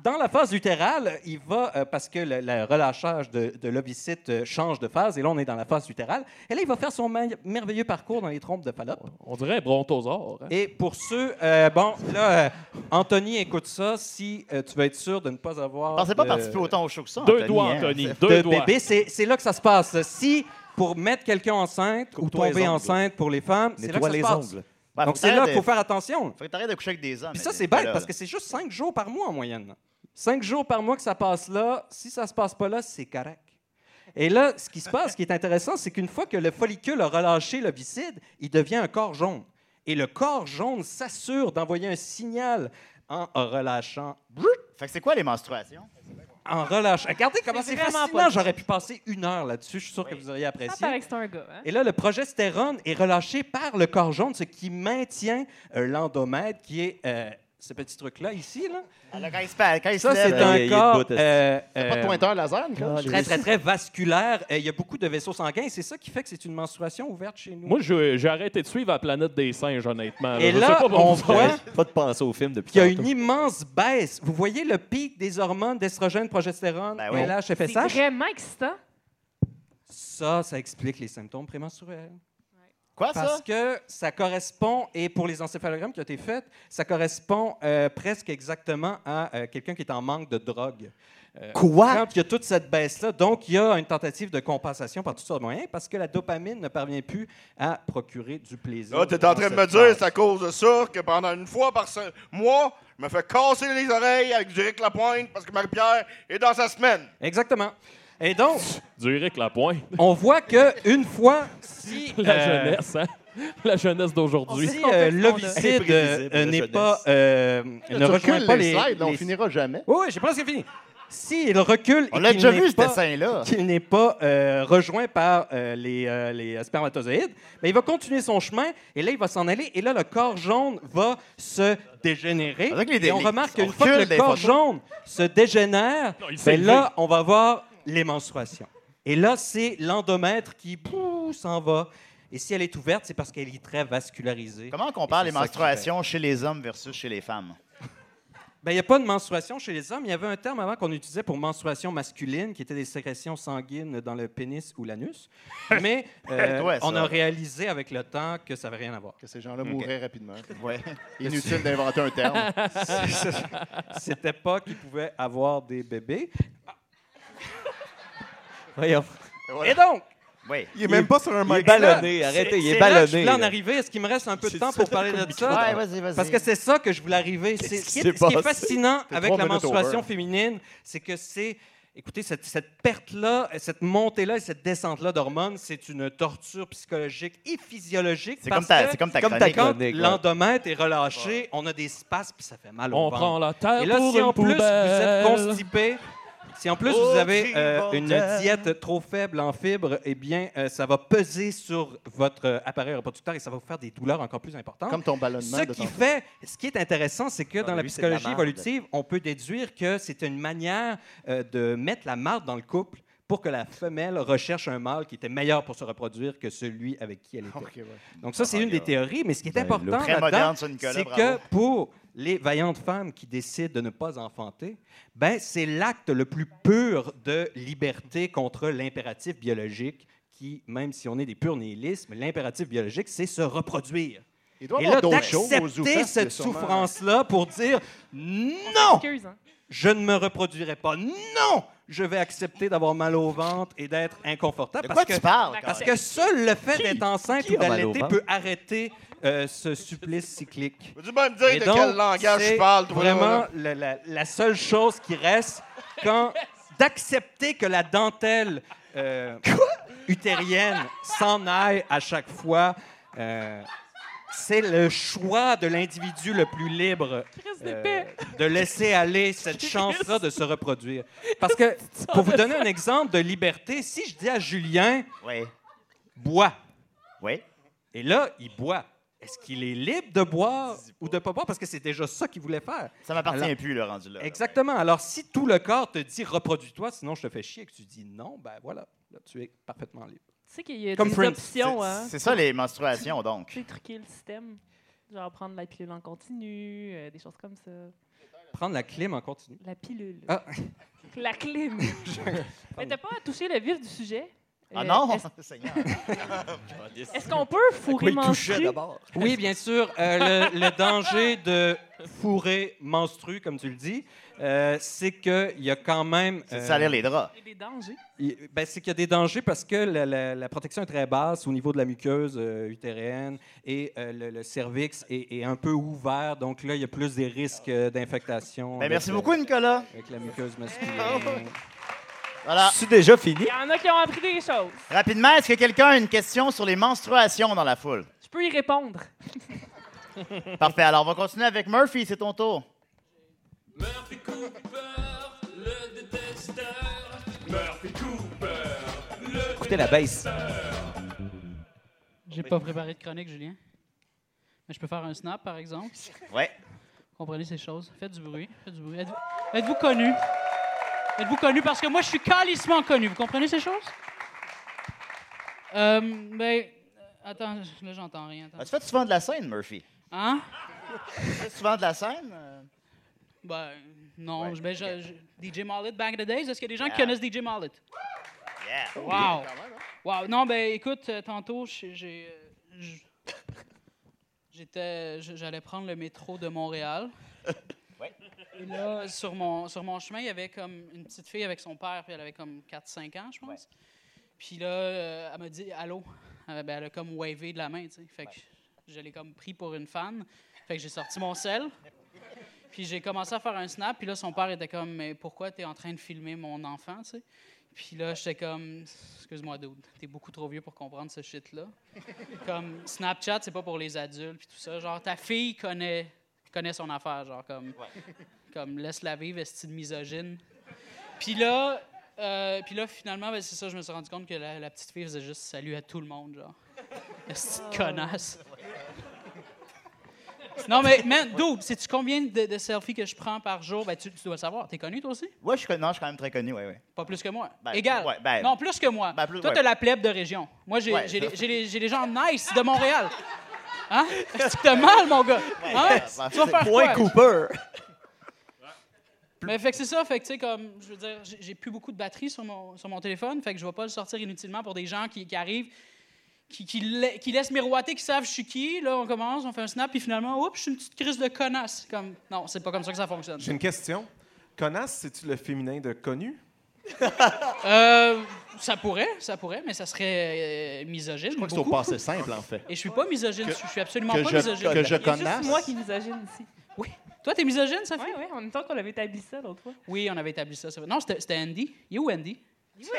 Dans la phase utérale, il va, euh, parce que le, le relâchage de, de l'ovocyte euh, change de phase, et là, on est dans la phase utérale, et là, il va faire son mer- merveilleux parcours dans les trompes de Fallope. On dirait un brontosaure. hein. Et pour ceux, euh, bon, là, euh, Anthony, écoute ça, si euh, tu veux être sûr de ne pas avoir. Je pensais pas de- participer autant au show que ça. Deux Anthony, doigts, hein. Anthony. Deux de doigts. bébé, c'est c'est là que ça se passe. Si, pour mettre quelqu'un enceinte ou Coupe-toi les tomber ongles. enceinte pour les femmes, c'est là que Nettoie ça se les passe. ongles. Ouais, faut Donc, que c'est là t'arrêtes qu'il de- faut faire attention. Faut que t'arrêtes de coucher avec des hommes. Puis ça, c'est bête parce que c'est juste cinq jours par mois en moyenne. Cinq jours par mois que ça passe là. Si ça se passe pas là, c'est correct. Et là, ce qui se passe, ce qui est intéressant, c'est qu'une fois que le follicule a relâché l'ovicide, il devient un corps jaune. Et le corps jaune s'assure d'envoyer un signal en relâchant. Fait que c'est quoi les menstruations? En relâchant. Regardez comment C'est c'est vraiment fascinant. pas- J'aurais pu passer une heure là-dessus. Je suis sûr que vous auriez Ça apprécié. paraît que c'est un gars. Hein? Et là, le progestérone est relâché par le corps jaune, ce qui maintient euh, l'endomètre, qui est euh, ce petit truc-là ici. Là. Alors, Ah, quand il se fait, quand il se Ça, c'est lève, là, il un est corps debout, est-ce que- euh, Pas de euh, pointeur laser, Nicolas? très, très, très vasculaire. Euh, Il y a beaucoup de vaisseaux sanguins. et C'est ça qui fait que c'est une menstruation ouverte chez nous. Moi, je- j'ai arrêté de suivre la planète des singes, honnêtement. Et Je là, sais pas pour on vous voit- autres. Pas de penser au film depuis Puis il y a tantôt. une immense baisse. Vous voyez le pic des hormones d'estrogène, progestérone, Ben oui. LH, C'est FSH? vraiment excitant. Ça, ça explique les symptômes prémenstruels. Quoi, ça? Parce que ça correspond, et pour les encéphalogrammes qui ont été faits, ça correspond euh, presque exactement à euh, quelqu'un qui est en manque de drogue. Euh, Quoi? Quand il y a toute cette baisse-là, donc il y a une tentative de compensation par toutes sortes de moyens parce que la dopamine ne parvient plus à procurer du plaisir. Là, Ah, t'es en train de me dire, c'est à cause de ça que pendant une fois par se- mois, je me fais casser les oreilles avec du Rick Lapointe parce que Marie-Pierre est dans sa semaine. Exactement. Et donc, Du Eric Lapointe. on voit que une fois, si La euh, jeunesse, hein? La jeunesse d'aujourd'hui. si euh, l'ovicide euh, Imprévisible, la n'est jeunesse. pas euh, Là, ne tu rejoint recules pas les les, slides, là, on les- finira jamais. Oui, oui, j'ai presque fini. Si il recule, On et l'a qu'il déjà n'est vu, ce pas- dessin-là. qu'il n'est pas euh, rejoint par euh, les, euh, les spermatozoïdes, mais il va continuer son chemin et là, il va s'en aller et là, le corps jaune va se dégénérer. Avec les et on délais. remarque On qu'une fois que recule le des corps photos. jaune se dégénère, Non, il s'est ben levé. là, on va voir les menstruations. Et là, c'est l'endomètre qui bouh, s'en va. Et si elle est ouverte, c'est parce qu'elle est très vascularisée. Comment on compare Et les c'est ça qui menstruations chez les hommes versus chez les femmes? Ben, il n'y a pas de menstruation chez les hommes. Il y avait un terme avant qu'on utilisait pour menstruation masculine, qui était des sécrétions sanguines dans le pénis ou l'anus. Mais euh, Ouais, ça. on a réalisé avec le temps que ça n'avait rien à voir. Que ces gens-là mourraient rapidement. Ouais. Inutile d'inventer un terme. C'était pas qu'ils pouvaient avoir des bébés. Voyons. Ben Et donc, Oui. Il est même pas sur un Il est mic. ballonné, arrêtez, il c'est est là que je ballonné. voulais en là. arriver. Est-ce qu'il me reste un peu de C'est temps ça, pour parler de ça? Ouais, vas-y, vas-y. Parce que c'est ça que je voulais arriver. C'est- qui Ce qui s'est est, ce qui est passé? fascinant avec trois la minutes menstruation over. féminine, c'est que c'est. Écoutez, cette, cette perte-là, cette montée-là et cette descente-là d'hormones, c'est une torture psychologique et physiologique. C'est parce comme ta- que c'est comme ta quand chronique. Chronique, ouais. l'endomètre est relâché, on a des spasmes puis ça fait mal au On ventre. prend la terre Et là, pour si une en plus vous êtes poubelle. constipé, si en plus Oh, vous avez euh, tribordel. une diète trop faible en fibres, eh bien, euh, ça va peser sur votre euh, appareil reproducteur et ça va vous faire des douleurs encore plus importantes. Comme ton ballonnement Ce de qui tantôt. fait, ce qui est intéressant, c'est que Non, dans mais la lui, c'est de la psychologie marde. évolutive, on peut déduire que c'est une manière euh, de mettre la marde dans le couple pour que la femelle recherche un mâle qui était meilleur pour se reproduire que celui avec qui elle était. Ok, ouais. Donc ça, c'est une des théories, mais ce qui est Ben, important là. Très là-dedans, moderne, ça, Nicolas, c'est bravo. que pour les vaillantes femmes qui décident de ne pas enfanter, ben c'est l'acte le plus pur de liberté contre l'impératif biologique qui, même si on est des purs nihilismes, l'impératif biologique, c'est se reproduire. Il doit y Et là, avoir d'autres choses. aux hein. d'accepter oufesses, cette sûrement. souffrance-là pour dire non, Excuse, hein. je ne me reproduirai pas. Non! Je vais accepter d'avoir mal au ventre et d'être inconfortable. De quoi parce tu que parles? parce que seul le fait d'être enceinte Qui ou a mal au d'allaiter ventre? peut arrêter euh, ce supplice cyclique. Veux-tu bien me dire Et de donc, quel langage c'est je parle, toi? là, Vraiment, là? La, la- la seule chose qui reste, quand d'accepter que la dentelle euh, utérienne s'en aille à chaque fois, euh, c'est le choix de l'individu le plus libre Crise euh, d'épais. de laisser aller cette chance-là de se reproduire. Parce que, pour vous donner un exemple de liberté, si je dis à Julien, Oui. bois, Oui. et là, il boit. Est-ce qu'il est libre de boire ou de pas boire? Parce que c'est déjà ça qu'il voulait faire. Ça m'appartient Alors- plus, le rendu là. Exactement. Alors, si tout le corps te dit reproduis-toi, sinon je te fais chier, et que tu dis non, ben voilà, là, tu es parfaitement libre. Tu sais qu'il y a Comme des Prince. options, hein. C'est ça, les menstruations, donc. Tu sais, truquer le système. Genre prendre la pilule en continu, euh, des choses comme ça. Prendre la clim en continu. La pilule. Ah. La clim. Mais t'as pas touché le vif du sujet? Ah Euh, non? Est-ce Seigneur. est-ce qu'on peut fourrer menstru? d'abord. Oui, bien sûr. euh, le, le danger de fourrer menstru, comme tu le dis, euh, c'est qu'il y a quand même. C'est de euh, salir les draps. Il y a des dangers. Il- ben, c'est qu'il y a des dangers parce que la, la- la protection est très basse au niveau de la muqueuse euh, utérienne et euh, le, le cervix est, est un peu ouvert. Donc là, il y a plus des risques euh, d'infectation. Ben, avec merci le- beaucoup, Nicolas. Avec la muqueuse masculine. Voilà. C'est déjà fini. Il y en a qui ont appris des choses. Rapidement, est-ce que quelqu'un a une question sur les menstruations dans la foule? Je peux y répondre. Parfait. Alors, on va continuer avec Murphy. C'est ton tour. Murphy Cooper, le détesteur. Murphy Cooper, le Écoutez la baisse. Ah, J'ai pas préparé de chronique, Julien. Mais je peux faire un snap, par exemple. Ouais. Comprenez ces choses. Faites du bruit. Faites du bruit. Êtes-vous, êtes-vous connu? Êtes-vous connu? Parce que moi, je suis calissement connu. Vous comprenez ces choses? Euh, ben, attends, là, j'entends rien. attends. As-tu fait souvent de la scène, Murphy? Hein? Tu fais souvent de la scène? euh? Ben, non. Ouais, Ah. je- ben, je- je- DJ Mallet, Back in the Days. Est-ce qu'il y a des gens qui Yeah. connaissent DJ Mallet? Yeah. Wow! hein. Wow! Non, ben écoute, euh, tantôt, j'ai- j'ai. euh, j'- J'étais. j- J'allais prendre le métro de Montréal. Ouais. Et là, sur mon, sur mon chemin, il y avait comme une petite fille avec son père, puis elle avait comme 4-5 ans, je pense. Puis là, euh, elle m'a dit Allô? Euh, ben, elle a comme wavé de la main, tu sais. Fait que je l'ai comme pris pour une fan. Fait que j'ai sorti mon sel. Puis j'ai commencé à faire un snap, puis là, son père était comme Mais pourquoi t'es en train de filmer mon enfant, tu sais? Puis là, j'étais comme, excuse-moi, dude, t'es beaucoup trop vieux pour comprendre ce shit-là. hein? comme, Snapchat, c'est pas pour les adultes, puis tout ça. Genre, ta fille connaît, connaît son affaire, genre, comme, comme laisse-la vivre, est de misogyne. Puis là, euh, puis là, finalement, ben, c'est ça, je me suis rendu compte que la, la petite fille faisait juste salut à tout le monde, genre. Esti de Ah. connasse. Non, mais, man, dude, sais-tu combien de, de selfies que je prends par jour? Ben, tu, tu dois le savoir. T'es connu, toi aussi? Ouais, je suis, con- non, je suis quand même très connu, oui, oui. Pas plus que moi. Ben, Égal. ouais, ben- non, plus que moi. Ben, plus- Toi, ouais. t'as la plèbe de région. Moi, j'ai Ouais. j'ai les- j'ai les, j'ai les gens nice de Montréal. Hein? Est-ce que t'as mal, mon gars? Ah, Hein? ouais, ben, tu vas c'est- faire Point quoi? Cooper. Mais fait que c'est ça. Fait que, tu sais, comme, je veux dire, j'ai- j'ai plus beaucoup de batterie sur mon, sur mon téléphone. Fait que je vais pas le sortir inutilement pour des gens qui, qui arrivent, qui, qui, la- qui laissent miroiter, qui savent je suis qui. Là, on commence, on fait un snap, puis finalement, oups, je suis une petite crise de connasse. Comme, non, c'est pas comme ça que ça fonctionne. J'ai une question. Connasse, c'est-tu le féminin de connu? Euh, ça pourrait, ça pourrait, mais ça serait euh, misogyne. Je crois que c'est au beaucoup. passé simple, en fait. Et je suis pas misogyne, je suis absolument que pas je- misogyne. que je Il y a connaisse. juste moi qui misogyne ici. Oui. Toi, t'es misogyne, ça fait? Oui, oui, en même temps qu'on avait établi ça l'autre fois. Oui, on avait établi ça. ça fait- Non, c'était c'était Andy. Il est où, Andy?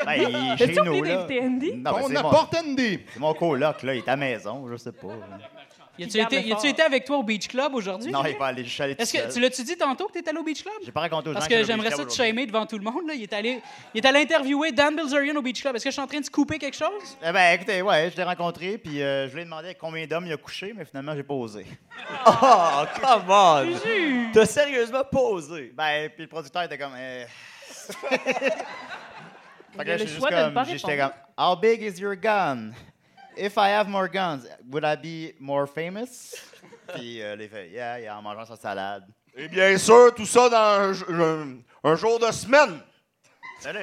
Ben, il est T'as-tu chez oublié nous, là. d'inviter Andy? Non, ben, on c'est mon, apporte Andy! c'est mon coloc, là. Il est à la maison, je sais pas. Puis Y a-tu garde été, le y a-tu fort. été avec toi au Beach Club aujourd'hui? Non, il est pas allé. Je suis allé tout Est-ce que tu seul. l'as-tu dit tantôt que t'es allé au Beach Club? J'ai pas raconté aux gens Parce je que suis allé au j'aimerais ça Beach te Club shamer devant tout le monde. Là. Il, est allé, il est allé interviewer Dan Bilzerian au Beach Club. Est-ce que je suis en train de se couper quelque chose? aujourd'hui. Eh ben, écoutez, ouais, je l'ai rencontré, puis euh, je lui ai demandé avec combien d'hommes il a couché, mais finalement, j'ai pas osé. Oh, come on. T'as sérieusement posé. Ben, puis le producteur était comme. euh, Fait que Il a là, le je suis juste choix de ne comme- pas j'étais comme, répondre. How big is your gun? If I have more guns, would I be more famous? Puis euh, les fait, yeah, yeah, en mangeant sa salade. Eh Et bien sûr, tout ça dans un, j- un- un jour de semaine. Ben là,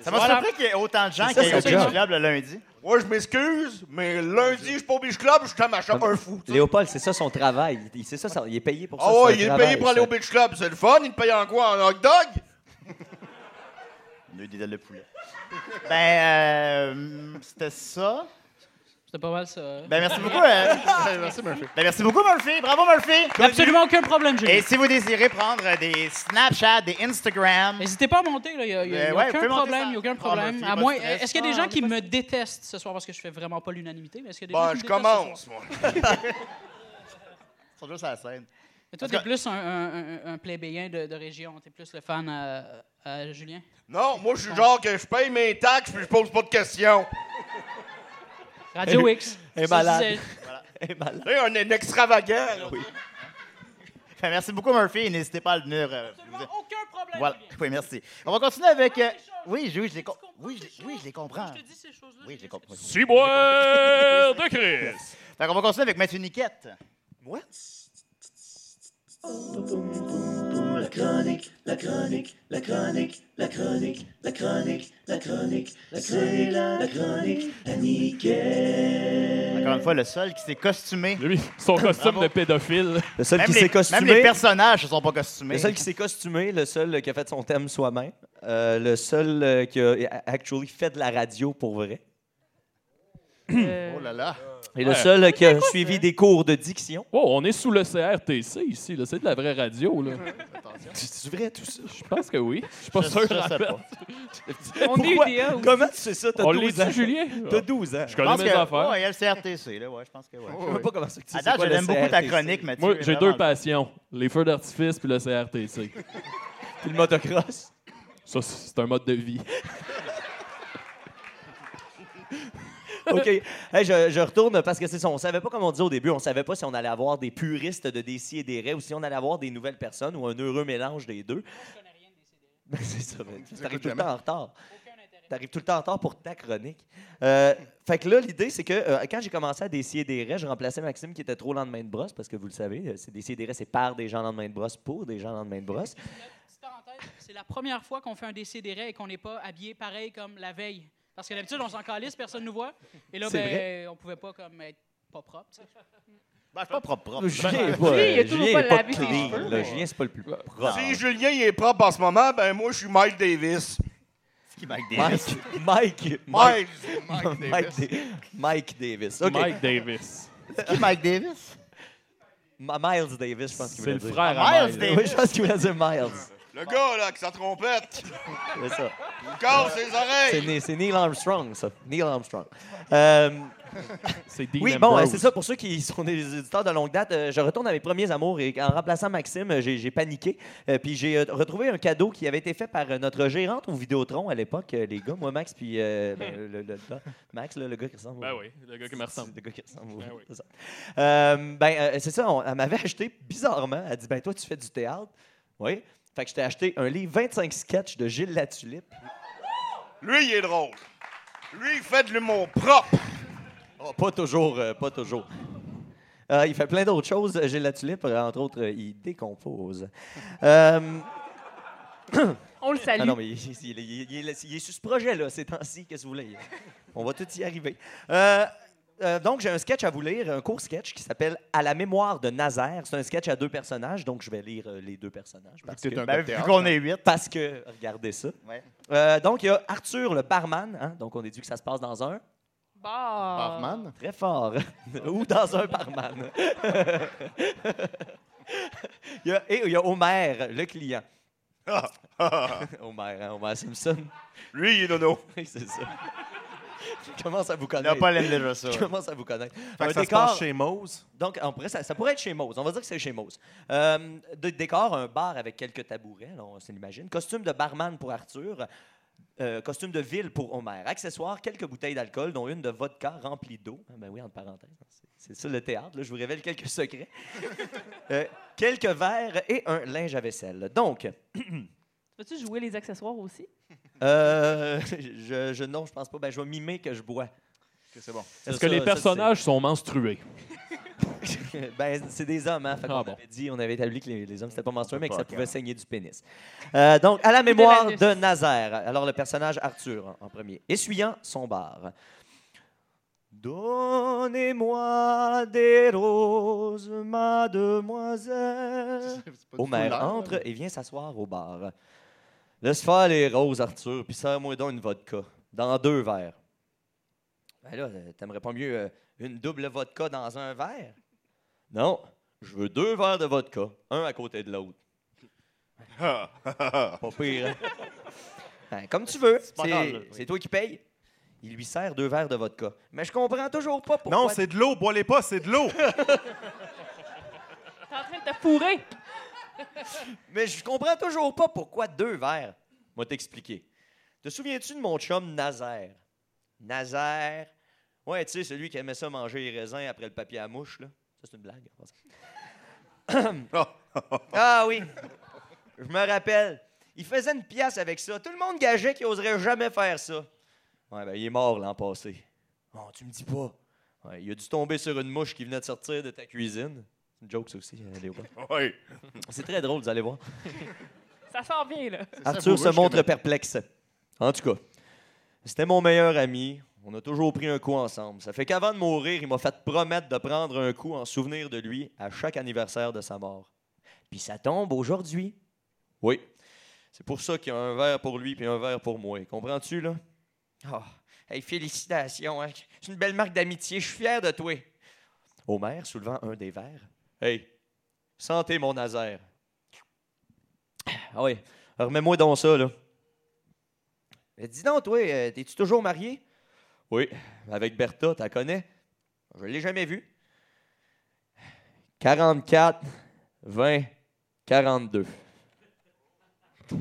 Ça m'a surpris qu'il y ait autant de gens C'est qui ça, aient au c'est le Beach job. Club le lundi. Moi, je m'excuse, mais lundi, je suis pas au Beach Club, je suis à ma shop un fou. Léopold, c'est ça son travail. Il- C'est ça, ça- il est payé pour ça. Ah c'est ouais, un il est travail, payé pour aller ça. au Beach Club, c'est le fun. Il te paye en quoi? En hot dog? On a eu des ailes de poulet. Ben, euh, c'était ça. C'était pas mal ça. hein? Ben, merci beaucoup. euh, Merci, Murphy. ben, merci beaucoup, Murphy. Bravo, Murphy. Absolument aucun problème, Julien. Et si vous désirez prendre euh, des Snapchat, des Instagram, N'hésitez pas à monter, là. Il n'y a, y a- y a Ben ouais, vous aucun pouvez monter problème. ça. y a aucun Ah, Murphy, problème. pas À de moins, stress. est-ce qu'il y a des Ah, gens on qui est pas me détestent ce soir parce que je fais vraiment pas l'unanimité? mais Est-ce qu'il y a des gens Bon, qui je me détestent ce soir? commence, moi. ils sont juste à la scène. Mais toi, Parce t'es plus un, un, un- un plébéien de, de région. T'es plus le fan à, à Julien. Non, moi, je suis le genre que je paye mes taxes puis je pose pas de questions. Radio X. Elle est Ça, malade. c'est- Eh Elle est malade. Là, un, un extravagant. là. Ben, merci beaucoup, Murphy. et N'hésitez pas à venir. euh, vous- Aucun problème. Voilà. Julien. Oui, merci. On va continuer avec. euh, les choses. Oui, je- oui, je les com- Tu comprends oui, ces je- oui, choses? je les comprends. Je te dis ces choses-là. Oui, je les comprends. Six boires de Chris. on va continuer avec Mathieu Niquette. Encore une fois, le seul qui s'est costumé. Lui, son costume de pédophile. Le seul Même qui les, s'est même costumé. les personnages ne sont pas costumés. Le seul qui s'est costumé, le seul qui a fait son thème soi-même, euh, le seul euh, qui a actually fait de la radio pour vrai, Euh, Oh là là. et le seul euh, qui a suivi des cours de diction. Wow, on est sous le CRTC ici. là. C'est de la vraie radio. Là. C'est vrai tout ça. Je pense que oui. Je suis pas Je- sûr. je en sais fait. pas. On est Pourquoi? UDA aussi. Comment tu sais ça T'as On 12 ans. l'est-tu, Julien? T'as 12 ans. Je Je connais pense mes que. affaires. ouais, il y a le CRTC, là, ouais, je pense que ouais. Je ne sais pas comment ça que tu sais À date, quoi, le j'aime beaucoup ta CRTC. chronique, Mathieu. Moi, j'ai Vraiment. deux passions. Les feux d'artifice puis le CRTC. Puis le motocross. Ça, c'est un mode de vie. OK. Hey, je, je retourne parce que c'est ça. On savait pas, comme on disait au début, on savait pas si on allait avoir des puristes de décis et des raies ou si on allait avoir des nouvelles personnes ou un heureux mélange des deux. Ben, c'est ça. mais T'arrives tout le temps en retard. T'arrives tout le temps en retard pour ta chronique. Euh, fait que là, l'idée, c'est que euh, quand j'ai commencé à décider des raies, je remplaçais Maxime qui était trop lendemain de brosse parce que vous le savez, euh, c'est décider des raies, c'est par des gens lendemain de brosse pour des gens lendemain de brosse. Petite parenthèse, C'est la première fois qu'on fait un décidéré et qu'on n'est pas habillé pareil comme la veille. Parce que d'habitude, on s'en calisse, personne nous voit. Et là, C'est ben, on pouvait pas comme être pas propre. tu sais. Ben, c'est pas propre, propre. Julien, est Lui, euh, il a toujours Julien pas est pas lavé ses clean, cheveux, là. mais- Julien, c'est pas le plus propre. Bah, Si Julien il est propre en ce moment, ben moi, je suis Mike Davis. C'est qui Mike Davis? Mike, Mike, Mike, Mike, Mike Davis. Mike, Da- Mike Davis. OK. Mike Davis. C'est qui Mike Davis? Ma- Miles Davis, je pense qu'il C'est voulait le dire. frère Miles à Miles. Davis. Oui, je pense qu'il voulait dire Miles. Le gars, là, qui sa trompette, C'est ça. il casse ses C'est, oreilles. Ni- c'est Neil Armstrong, ça. Neil Armstrong. Euh, C'est Dean oui, bon, euh, Ambrose. c'est ça. Pour ceux qui sont des auditeurs de longue date, euh, je retourne à mes premiers amours et en remplaçant Maxime, euh, j'ai, j'ai paniqué. Euh, puis j'ai euh, retrouvé un cadeau qui avait été fait par euh, notre gérante au Vidéotron à l'époque, euh, les gars. Moi, Max, puis euh, ben, le, le- le- Max, là, le gars qui ressemble. Ben oui, le gars qui me ressemble. C'est le gars qui ressemble au- Ben oui. c'est ça. Euh, ben, euh, c'est ça, on- elle m'avait acheté bizarrement. Elle dit Ben, toi, tu fais du théâtre. Oui. Fait que je t'ai acheté un livre 25 sketchs de Gilles Latulippe. Lui, il est drôle. Lui, il fait de l'humour propre. Oh, pas toujours, euh, pas toujours. Euh, il fait plein d'autres choses, euh, Gilles Latulippe. euh, Entre autres, euh, il décompose. Euh, On le salue. Ah non, mais il, il- il- il- il est- il est sur ce projet-là, ces temps-ci, qu'est-ce que vous voulez? On va tout y arriver. Euh, euh, donc, j'ai un sketch à vous lire, un court sketch qui s'appelle À la mémoire de Nazaire. C'est un sketch à deux personnages, donc je vais lire euh, les deux personnages. Parce que, T'es un hein? gars Ben, de vu théâtre. qu'on est huit. parce que- regardez ça. Ouais. Euh, donc, il y a Arthur, le barman, hein, donc on déduit que ça se passe dans un. Bah. Barman. Très fort. Ou dans un barman. il y a, et il y a Homer, le client. Homer, hein, Homer Simpson. Lui, il est nono. Oui, c'est ça. Je commence à vous Il n'a connaître. pas l'aime déjà ça. Je commence à vous connaître. Fait Un que ça se décor- passe chez Mose. donc, on pourrait- ça, ça pourrait être chez Mose. On va dire que c'est chez Mose. Euh, de décor, un bar avec quelques tabourets, là, on se l'imagine. Costume de barman pour Arthur. Euh, costume de ville pour Homer. Accessoires, quelques bouteilles d'alcool, dont une de vodka remplie d'eau. Ah, ben oui, entre parenthèses. C'est- C'est ça le théâtre. là. Je vous révèle quelques secrets. Euh, quelques verres et un linge à vaisselle. Donc, Vas-tu jouer les accessoires aussi? euh, je, je- non, je pense pas. Ben, je vais mimer que je bois. Ok, C'est bon. Ça, Est-ce que ça, les ça, personnages sont menstrués? c'est- ben, c'est des hommes, hein. Fait qu'on bon. avait dit, on avait établi que les, les hommes, c'était pas menstrué, mais que pas ça grave. pouvait saigner du pénis. Euh, donc, à la de mémoire l'anus. de Nazaire. Alors, le personnage Arthur, en- en premier. Essuyant son bar. Donnez-moi des roses, mademoiselle. Homer hein. entre et vient s'asseoir au bar. Laisse faire les roses, Arthur, puis serre-moi donc une vodka. Dans deux verres. Ben là, euh, t'aimerais pas mieux euh, une double vodka dans un verre? Non, je veux deux verres de vodka, un à côté de l'autre. pas pire. hein? Ben, comme tu veux, pas c'est grave, là, oui. c'est toi qui payes. Il lui sert deux verres de vodka. Mais je comprends toujours pas pourquoi. Non, c'est de l'eau, bois-les pas, c'est de l'eau. T'es en train de te fourrer. Mais je comprends toujours pas pourquoi deux verres. Moi, t'expliquer. Te souviens-tu de mon chum Nazaire? Nazaire. Ouais, tu sais, celui qui aimait ça manger les raisins après le papier à mouche, là. Ça, c'est une blague. en passant. ah oui. Je me rappelle. Il faisait une pièce avec ça. Tout le monde gageait qu'il oserait jamais faire ça. Ouais, ben, il est mort l'an passé. Oh, tu me dis pas. Ouais, il a dû tomber sur une mouche qui venait de sortir de ta cuisine. C'est une joke, ça aussi, euh, Léo. Oui. C'est très drôle, vous allez voir. Ça sent bien, là. Arthur se montre perplexe. En tout cas, c'était mon meilleur ami. On a toujours pris un coup ensemble. Ça fait qu'avant de mourir, il m'a fait promettre de prendre un coup en souvenir de lui à chaque anniversaire de sa mort. Puis ça tombe aujourd'hui. Oui. C'est pour ça qu'il y a un verre pour lui puis un verre pour moi. Comprends-tu, là? Ah, hey, félicitations. hein. C'est une belle marque d'amitié. Je suis fier de toi. Homer, soulevant un des verres. Hey, santé, mon Nazaire. Ah oui, remets-moi dans ça, là. Mais dis donc, toi, euh, t'es-tu toujours marié? Oui, avec Bertha, t'as connais? Je l'ai jamais vue. 44, 20, 42.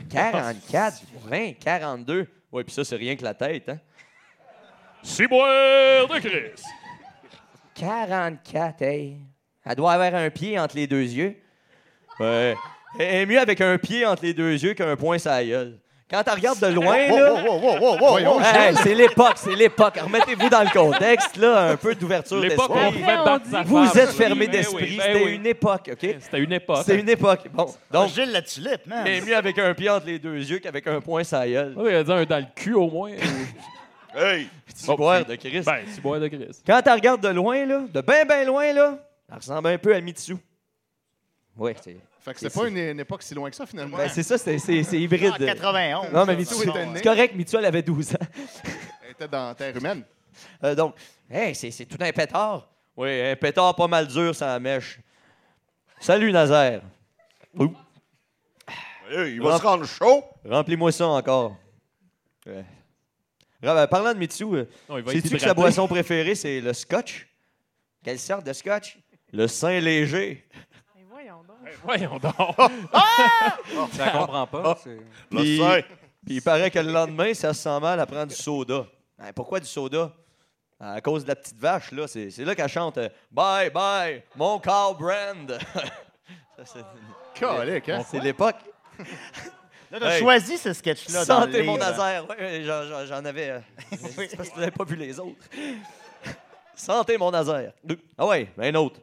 44, 20, 42. Oui, puis ça, c'est rien que la tête, hein? Ciboire de Chris. 44, hey. Elle doit avoir un pied entre les deux yeux. Ouais. Elle est mieux avec un pied entre les deux yeux qu'un point sur la gueule. Quand tu regardes de loin, là. Voyons, Hey, c'est l'époque, c'est l'époque. Remettez-vous dans le contexte, là, un peu d'ouverture L'époque où d'esprit. on pouvait battre sa Vous femme, êtes oui, fermé ben d'esprit, oui, ben c'était oui. une époque, OK? C'était une époque. C'était une époque. Bon, Donc, donc, Ah, Gilles la tulipe, man. elle est mieux avec un pied entre les deux yeux qu'avec un point sur la gueule. Ouais, il a dit un dans le cul au moins. Hey! Petit boire de Christ. ben, Ciboire de Chris. Quand tu regardes de loin, là, de bien, bien loin, là, elle ressemble un peu à Mitsu. Oui, c'est Fait que c'est pas une, une époque si loin que ça, finalement. ben, c'est ça, c'est c'est- c'est hybride. Ah, 91. non, mais ça, Mitsu, ça, ça, c'est correct, Mitsu, elle avait 12 ans. Elle était dans Terre humaine. Euh, donc, hey, c'est c'est tout un pétard. Oui, un pétard pas mal dur sans la mèche. Salut, Nazaire. Ouh. Hey, il va se rendre chaud. Remplis-moi ça encore. Ouais. Ra- euh, Parlant de Mitsu, euh, Non, il va sais-tu que s'hydrater. sa boisson préférée, c'est le scotch? Quelle sorte de scotch? Le Saint Léger. Mais voyons donc. Ben Voyons donc. Je la comprends pas. c'est- Le Puis- sein. Puis il paraît que le lendemain, ça se sent mal, elle prend du soda. Hein, pourquoi du soda? Ben, À cause de la petite vache, là. C'est c'est là qu'elle chante euh, Bye, bye, mon cow brand. Ça, c'est- Calique, hein? c'est l'époque. Là, t'as Hey. choisi ce sketch-là. dans euh, le Santé, mon livre. Nazaire. Ouais, ouais, j'en- j'en- J'en avais. euh, c'est parce que vous n'avez pas vu les autres. Santé, mon Nazaire. Deux. Ah ouais, ben un autre.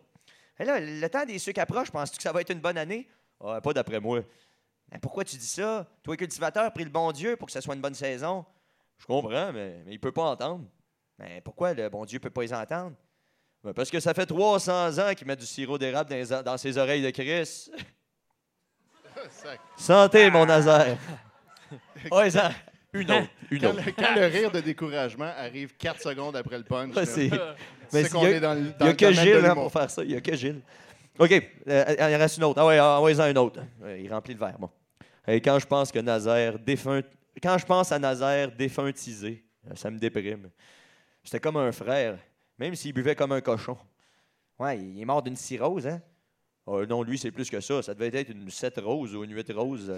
Mais là, le temps des sucres approche, penses-tu que ça va être une bonne année? Ah, pas d'après moi. Ben, pourquoi tu dis ça? Toi, cultivateur, prie le bon Dieu pour que ce soit une bonne saison. Je comprends, mais, mais il peut pas entendre. Ben, pourquoi le bon Dieu peut pas les entendre? Ben, parce que ça fait 300 ans qu'il met du sirop d'érable dans, les- dans ses oreilles de Chris. Sac. Santé, mon Nazaire. Ouais, ça- Une autre. Une Quand, autre. le, quand le rire de découragement arrive 4 secondes après le punch, Ouais, là, c'est- tu mais sais c'est- qu'on y a- est dans le Il dans n'y le a que domaine de Gilles hein, l'humour. pour faire ça. Il n'y a que Gilles. OK. euh, il en reste une autre. Ah ouais, ah ouais, en une autre. Euh, Il remplit le verre, bon. Et quand je pense que Nazaire défunt. Quand je pense à Nazaire défuntisé, euh, ça me déprime. C'était comme un frère, même s'il buvait comme un cochon. Ouais, il est mort d'une cirrhose, hein? Euh, non, lui, c'est plus que ça. Ça devait être une 7 rose ou une 8 rose.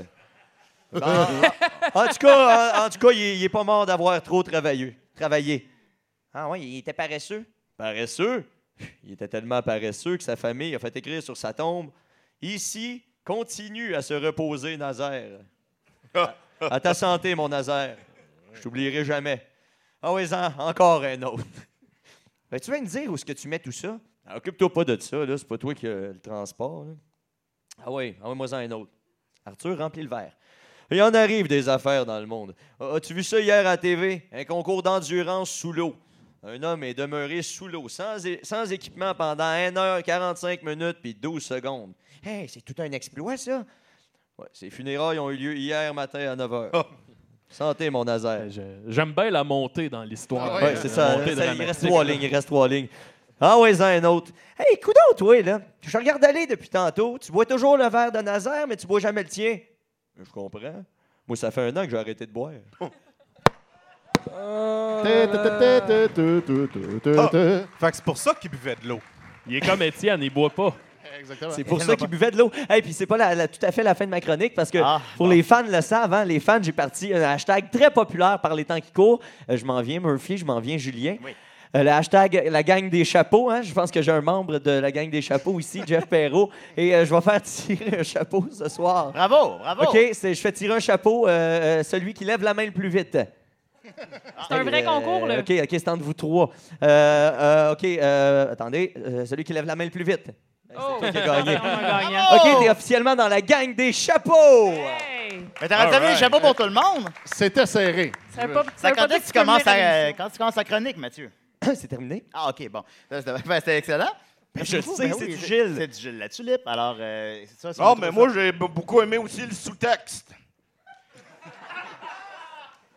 euh. Ah, ah, en tout cas, en, en tout cas, il est- il n'est pas mort d'avoir trop travaillé. travaillé. Ah ouais, il était paresseux? Paresseux? Il était tellement paresseux que sa famille a fait écrire sur sa tombe Ici, continue à se reposer, Nazaire. À, à ta santé, mon Nazaire. Je t'oublierai hein, jamais. Ah oui, en- encore un autre. Ben, tu viens me dire où est-ce que tu mets tout ça? Ah, Occupe-toi pas de ça, là. C'est pas toi qui as le transport. là. Ah oui, envoie-moi en un autre. Arthur, remplis le verre. Il en arrive des affaires dans le monde. Ah, As-tu vu ça hier à la TV? Un concours d'endurance sous l'eau. Un homme est demeuré sous l'eau, sans, é- sans équipement pendant 1h45 minutes puis 12 secondes. Hey, c'est tout un exploit, ça! Ouais, ses funérailles ont eu lieu hier matin à Ah, 9h. Santé, mon Nazaire. J'aime bien la montée dans l'histoire. Ouais, c'est ça. Montée ça, il dramatique, reste trois là. lignes, il reste trois lignes. Ah ouais, un autre. Hey, coudon, toi, là. Je te regarde aller depuis tantôt. Tu bois toujours le verre de Nazaire, mais tu bois jamais le tien. Je comprends. Moi, ça fait un an que j'ai arrêté de boire. Ah. Fait que c'est pour ça qu'il buvait de l'eau. Il est comme Étienne, il boit pas. Exactement. C'est pour ça qu'il buvait de l'eau. Et puis c'est pas la- la- tout à fait la fin de ma chronique parce que Ah, pour les fans le savent, hein, les fans, j'ai parti un hashtag très populaire par les temps qui courent. Euh, je m'en viens Murphy, je m'en viens Julien. Oui. Euh, le hashtag la gang des chapeaux. hein. je pense que j'ai un membre de la gang des chapeaux ici, Jeff Perrault. Et euh, je vais faire tirer un chapeau ce soir. Bravo, bravo. OK, c'est- je fais tirer un chapeau, euh, euh, celui qui lève la main le plus vite. C'est un vrai Euh, concours, là. OK, OK, c'est entre vous trois. Euh, euh, OK, euh, attendez, euh, celui qui lève la main le plus vite. Ben, Oh! Qui a gagné. On a gagné. OK, Oh. t'es officiellement dans la gang des chapeaux! Hey! Mais t'aurais donné les Alright. chapeaux pour tout le monde. C'était serré. Ça veut pas, ça Ça veut pas quand dire est-ce que tu tu peux commences venir à ta- l'émission. quand tu commences ta chronique, Mathieu? c'est terminé. Ah, OK, bon. Ça, C'était ben, c'était excellent. je Ben sais, oui, c'est du c'est- Gilles. C'est du Gilles la tulipe. Alors, euh, c'est ça. si Non, vous Ah, mais trouvez ça- moi, j'ai b- beaucoup aimé aussi le sous-texte.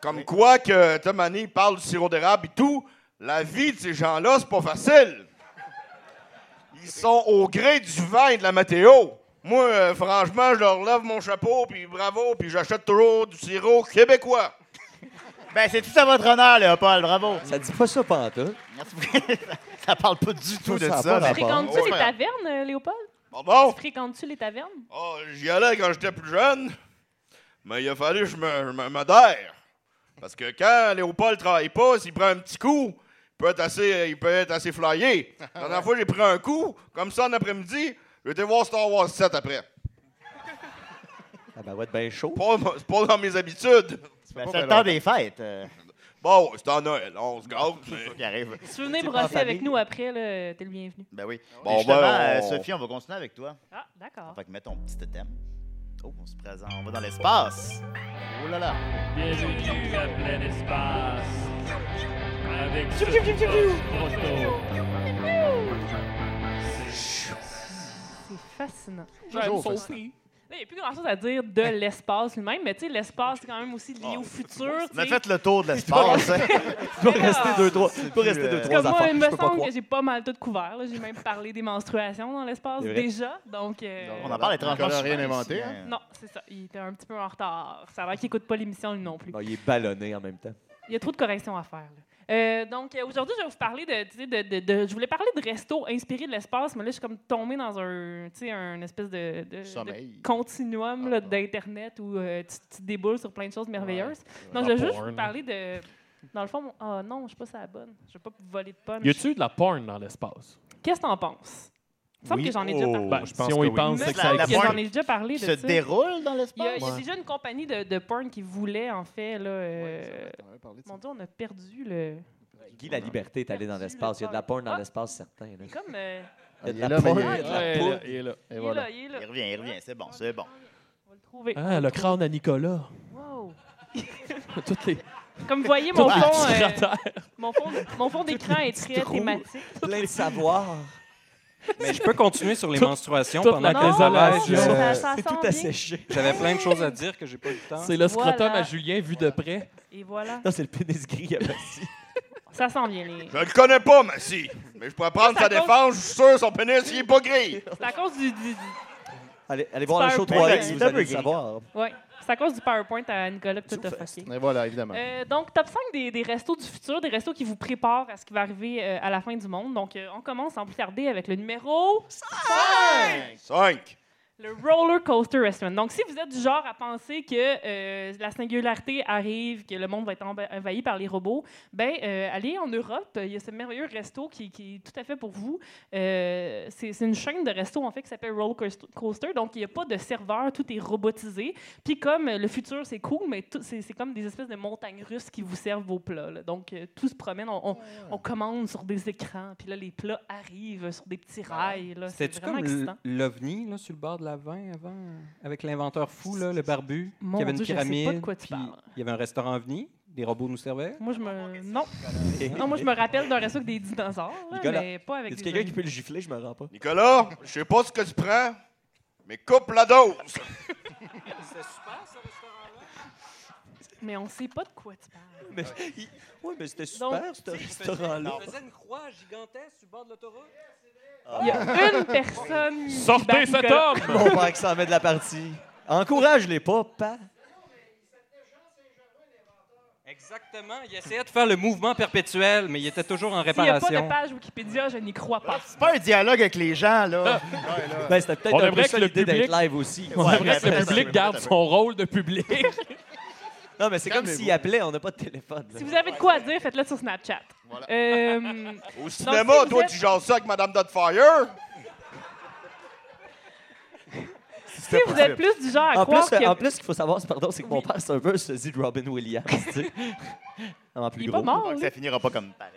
Comme quoi que Tom Haney parle du sirop d'érable et tout, la vie de ces gens-là, c'est pas facile. Ils sont au gré du vent et de la météo. Moi, euh, franchement, je leur lève mon chapeau, puis bravo, puis j'achète toujours du sirop québécois. Ben, c'est tout à votre honneur, Léopold. Bravo. Ça dit pas ça pendant tout. Merci beaucoup. ça parle pas du tout de ça a ça. pas là. rapport. Fréquentes-tu Ouais. ben, les tavernes, euh, Léopold? Pardon? Fréquentes-tu les tavernes? Ah, J'y allais quand j'étais plus jeune, mais il a fallu que je me, je me modère. Parce que quand Léopold travaille pas, s'il prend un petit coup, il peut être assez, il peut être assez flyé. La dernière fois, j'ai pris un coup, comme ça, en après-midi, j'étais voir Star Wars 7 après. Ah ben ouais, ben chaud. Pas, c'est pas dans mes habitudes. Ben, pas c'est le longtemps. temps des fêtes euh, Bon, c'est en Noël, on se gâte. mais- qui arrive. Si tu veux venir C'est brosser pas avec famille. nous après, là, t'es le bienvenu. Ben oui. Bon, Mais justement, ben, euh, on- Sophie, on va continuer avec toi. Ah, d'accord. Fait que mets ton petit thème. Oh, on se présente. On va dans l'espace. Oh là là. Bienvenue à plein espace. Avec ce photo. C'est fascinant. Toujours J'aime fascinant. Sophie. Là, il n'y a plus grand-chose à dire de l'espace lui-même, mais tu sais, l'espace, c'est quand même aussi lié au futur. On a tu sais. fait le tour de l'espace. hein. Tu peux rester deux, trois, tu peux plus, rester deux, euh, Comme trois moi, affaires. il Je me peux pas semble croire. que j'ai pas mal tout couvert. là. J'ai même parlé des menstruations dans l'espace C'est vrai. déjà. Donc, euh, on en parle étrangement. Nicolas a rien souvent ici, inventé, hein. non, c'est ça. Il était un petit peu en retard. Ça va qu'il n'écoute pas l'émission lui non plus. Non, il est ballonné en même temps. Il y a trop de corrections à faire. là. Euh, donc, euh, aujourd'hui, je vais vous parler de, tu sais, de, de- de- Je voulais parler de resto inspiré de l'espace, mais là, je suis comme tombée dans un, tu sais, un espèce de, de- Sommeil. de continuum Ah, là, ah. d'Internet où euh, tu, tu déboules sur plein de choses merveilleuses. ouais. Donc, je vais Ah, juste porn. vous parler de. Dans le fond, mon- ah non, je suis pas ça la bonne. Je vais pas voler de pommes. Y a-tu de la porn dans l'espace? Qu'est-ce que t'en penses? Il me semble Oui. que j'en ai déjà Oh. parlé. Ben, je pense si on que y oui. pense, Il me c'est que ça semble la que existe. porn j'en ai déjà parlé Qui de se ça. déroule dans Il y a, il l'espace? y a déjà une compagnie de, de porn qui voulait, en fait, là. euh, mon Dieu, on a perdu le. Guy, la liberté est allée dans l'espace. Il y a de la porn dans l'espace, certain. là. C'est Ah. comme. euh, Il y a Il de est la là, mais porn. il est- il y a de la poudre. il est là. Et il est voilà. là, il est là. Il revient, il revient. C'est bon, c'est bon. On va le trouver. Ah, le crâne à Nicolas. Wow. Toutes les, Comme vous voyez, mon toutes les fond, petits euh, cratères. mon fond, mon fond d'écran est très trous. thématique. Plein de savoir. Mais je peux continuer sur les Tout- menstruations toute pendant la qu'elles désolation. Non, allaient. non, ça- Euh, ça C'est sent tout bien. asséché. J'avais plein de choses à dire que j'ai pas eu le temps. C'est le Voilà. scrotum à Julien vu de près. Et voilà. Non, c'est le pénis gris. euh, merci. Ça sent bien les. Je le connais pas, mais si. Mais je pourrais prendre Ça, ça sa défense, je suis sûr, son pénis, il est pas gris. C'est à cause du. du, du- Allez, allez voir le Super show punk. 3X si C'est vous un allez peu le gris. savoir. Ouais. C'est à cause du PowerPoint à Nicolas que tout a fucké. Et voilà, évidemment. Euh, donc, top 5 des, des restos du futur, des restos qui vous préparent à ce qui va arriver euh, à la fin du monde. Donc, euh, on commence en plus tarder avec le numéro 5. Le roller coaster restaurant. Donc, si vous êtes du genre à penser que euh, la singularité arrive, que le monde va être enva- envahi par les robots, ben euh, allez en Europe. Il y a ce merveilleux resto qui, qui est tout à fait pour vous. Euh, c'est c'est une chaîne de resto en fait qui s'appelle Roller Coast- Coaster. Donc, il n'y a pas de serveur, tout est robotisé. Puis comme euh, le futur, c'est cool, mais tout- c'est c'est comme des espèces de montagnes russes qui vous servent vos plats. là. Donc, euh, tout se promène. On, on- on commande sur des écrans, puis là, les plats arrivent sur des petits rails. là. C'est C'était-tu vraiment comme excitant. l- l'OVNI là, sur le bord de la vin avant, avec l'inventeur fou, là, le barbu, Mon qui avait une Dieu, je sais pas de pyramide, quoi tu puis parles. il y avait un restaurant OVNI, des robots nous servaient. Moi, je me. Non. non, moi, je me rappelle d'un resto avec des dinosaures, là, Nicolas, mais pas avec Est-ce des. quelqu'un qui humains. peut le gifler? Je me rends pas. Nicolas, je sais pas ce que tu prends, mais coupe la dose. Mais on sait pas de quoi tu parles. Mais, il- ouais, mais c'était super, ce restaurant-là. faisait une croix gigantesque sur le bord de l'autoroute. Ah. Il y a une personne. qui bat Sortez cet Nicolas. homme! Mon père qui s'en met de la partie. Encourage-les pas, pas. Exactement. Il essayait de faire le mouvement perpétuel, mais il était toujours en S'il n'y a pas réparation. de page Wikipédia, je n'y crois pas. C'est pas un dialogue avec les gens, là. Ben, c'était peut-être On un peu aimerait ça que le l'idée public- d'être live aussi. On Ouais, aimerait que le ben, ça- public garde son rôle de public. Non, mais c'est comme s'il appelait, on n'a pas de téléphone. là. Si vous avez de quoi à dire, faites-le sur Snapchat. Euh, Au si cinéma, vous toi, êtes- tu jases ça avec Madame Ben, Dotfire. si vous êtes plus du genre à En plus, croire euh, en que. plus, ce qu'il faut savoir, c'est- pardon, c'est que mon Oui. père, c'est un peu celui de Robin Williams. tu sais. En plus Il est gros. pas Ah, mort, lui. Ça finira pas comme pareil.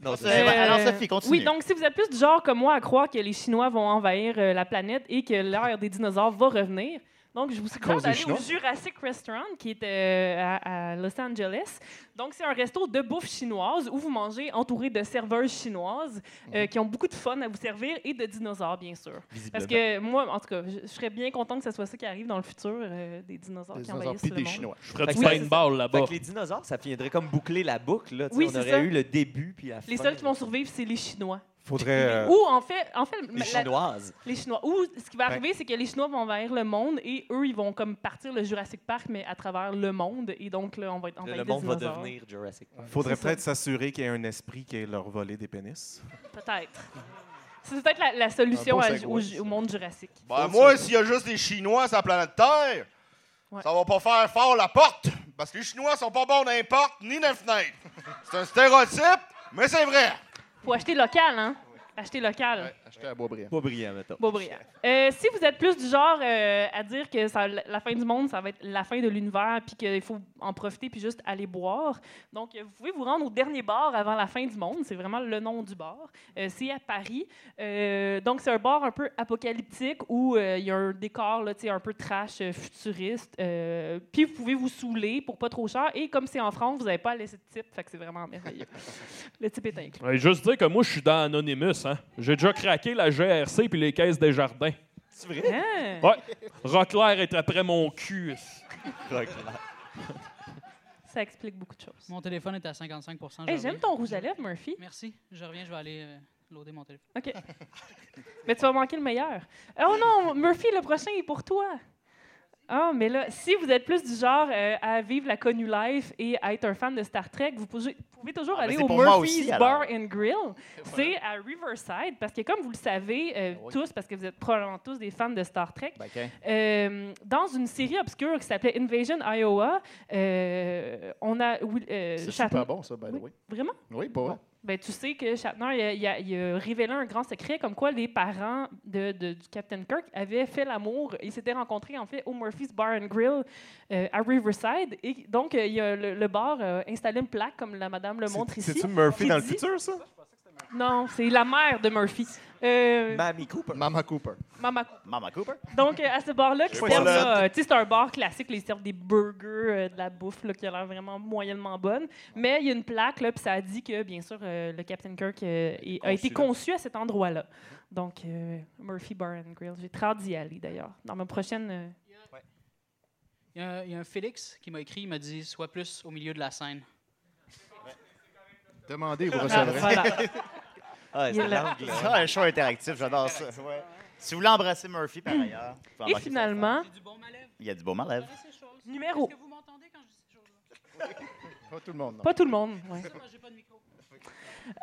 Non, c'est- Euh, alors, ça Sophie, continue. Oui, donc si vous êtes plus du genre comme moi à croire que les Chinois vont envahir euh, la planète et que l'ère des dinosaures va revenir, donc je vous suggère cause des d'aller au Chinois. Jurassic Restaurant qui est euh, à, à Los Angeles. Donc c'est un resto de bouffe chinoise où vous mangez entouré de serveuses chinoises euh, qui ont beaucoup de fun à vous servir et de dinosaures, bien sûr. Parce que moi, en tout cas, je, je serais bien content que ce soit ça qui arrive dans le futur, euh, des dinosaures Des qui dinosaures, envahissent puis le des monde. Chinois. Je ferais du Fait que c'est- paintball Fait là-bas. que les dinosaures, ça viendrait comme boucler la boucle. Là, tu sais, Oui, on c'est aurait ça. eu le début puis la fin. Les seuls qui vont survivre, c'est les Chinois. Faudrait. euh, Ou en fait, en fait Les la- Chinoises. Les Chinois. Ou ce qui va arriver, c'est que les Chinois vont envahir le monde et eux, ils vont comme partir le Jurassic Park, mais à travers le monde. Et donc, là, on va être Le, envahi le de monde va dinosaures. devenir Jurassic Park. Faudrait c'est ça. peut-être s'assurer qu'il y ait un esprit qui ait leur volé des pénis. Peut-être. C'est peut-être la, la solution Un bon à- segway, au, ju- au monde jurassique. Ben, moi, s'il y a juste des Chinois sur la planète Terre, Ouais. ça va pas faire fort la porte. Parce que les Chinois sont pas bons dans les portes ni dans les fenêtres. C'est un stéréotype, mais c'est vrai. Faut acheter local, hein? Acheter local. Acheter à Boisbriand. Pas brillant, mettons. Bon, brillant. Euh, si vous êtes plus du genre euh, à dire que ça- la fin du monde, ça va être la fin de l'univers, puis qu'il faut en profiter, puis juste aller boire, donc euh, vous pouvez vous rendre au dernier bar avant la fin du monde. C'est vraiment le nom du bar. Euh, c'est à Paris. Euh, donc, c'est un bar un peu apocalyptique où euh, il y a un décor là, tu sais, un peu trash, euh, futuriste. Euh, puis vous pouvez vous saouler pour pas trop cher. Et comme c'est en France, vous n'avez pas à laisser de type, fait que c'est vraiment merveilleux. le type est inclus. Ouais, juste dire que moi, je suis dans Anonymous. Hein. J'ai déjà craqué la GRC puis les caisses des jardins. Hein? Ouais. Rockler est après mon cul. Ça explique beaucoup de choses. Mon téléphone est à 55 je Hey, J'aime reviens. ton rouge à lèvres, Murphy. Merci. Je reviens, je vais aller euh, loader mon téléphone. OK. mais tu vas manquer le meilleur. Oh non, Murphy, le prochain est pour toi. Ah, mais là, si vous êtes plus du genre euh, à vivre la connue life et à être un fan de Star Trek, vous pouvez, pouvez toujours Ah, ben, aller c'est au pour moi Murphy's aussi, alors. Bar and Grill. C'est à Riverside, parce que comme vous le savez euh, Ah tous, parce que vous êtes probablement tous des fans de Star Trek, Ben, euh, dans une série obscure qui s'appelait Invasion Iowa, euh, on a... Will- euh, C'est Shatner- super bon, ça, by the way. Vraiment? Oui, pas vrai. Ben, tu sais que Shatner, il a, il a- il a révélé un grand secret comme quoi les parents de, de- du Captain Kirk avaient fait l'amour. Ils s'étaient rencontrés, en fait, au Murphy's Bar and Grill euh, à Riverside. Et donc, euh, il y a le, le bar a installé une plaque, comme la madame le montre C'est- ici. C'est-tu Murphy qui dans le dit- futur, ça? Non, c'est la mère de Murphy. Euh, Mammy Cooper. Mama Cooper. Mama Mama Cooper. donc, euh, à ce bar-là, qui pas servent, ça. là, euh, tu sais, c'est un bar classique, là, ils servent des burgers, euh, de la bouffe là, qui a l'air vraiment moyennement bonne. Mais il y a une plaque, là, puis ça dit que, bien sûr, euh, le Captain Kirk euh, est- a été conçu à cet endroit-là. Donc, euh, Murphy Bar and Grill. J'ai très hâte d'y aller, d'ailleurs, dans ma prochaine. euh, Il y, a, il y a un Félix qui m'a écrit, il m'a dit Sois plus au milieu de la scène. Demandez, vous ah, recevrez. voilà. Ah, Il est c'est là. l'angle. Ça, un show interactif, j'adore ça. Ouais. Si vous voulez embrasser Murphy, par ailleurs, vous pouvez Et Ah, embarquer sur la finalement, J'ai du bon ma lèvre, scène. Il y a du beau mal. je connais ces choses. Numéro. Est-ce que vous m'entendez quand je dis ces choses-là Pas tout le monde, non. pas tout le monde. ouais. Moi, j'ai pas de micro. Ah,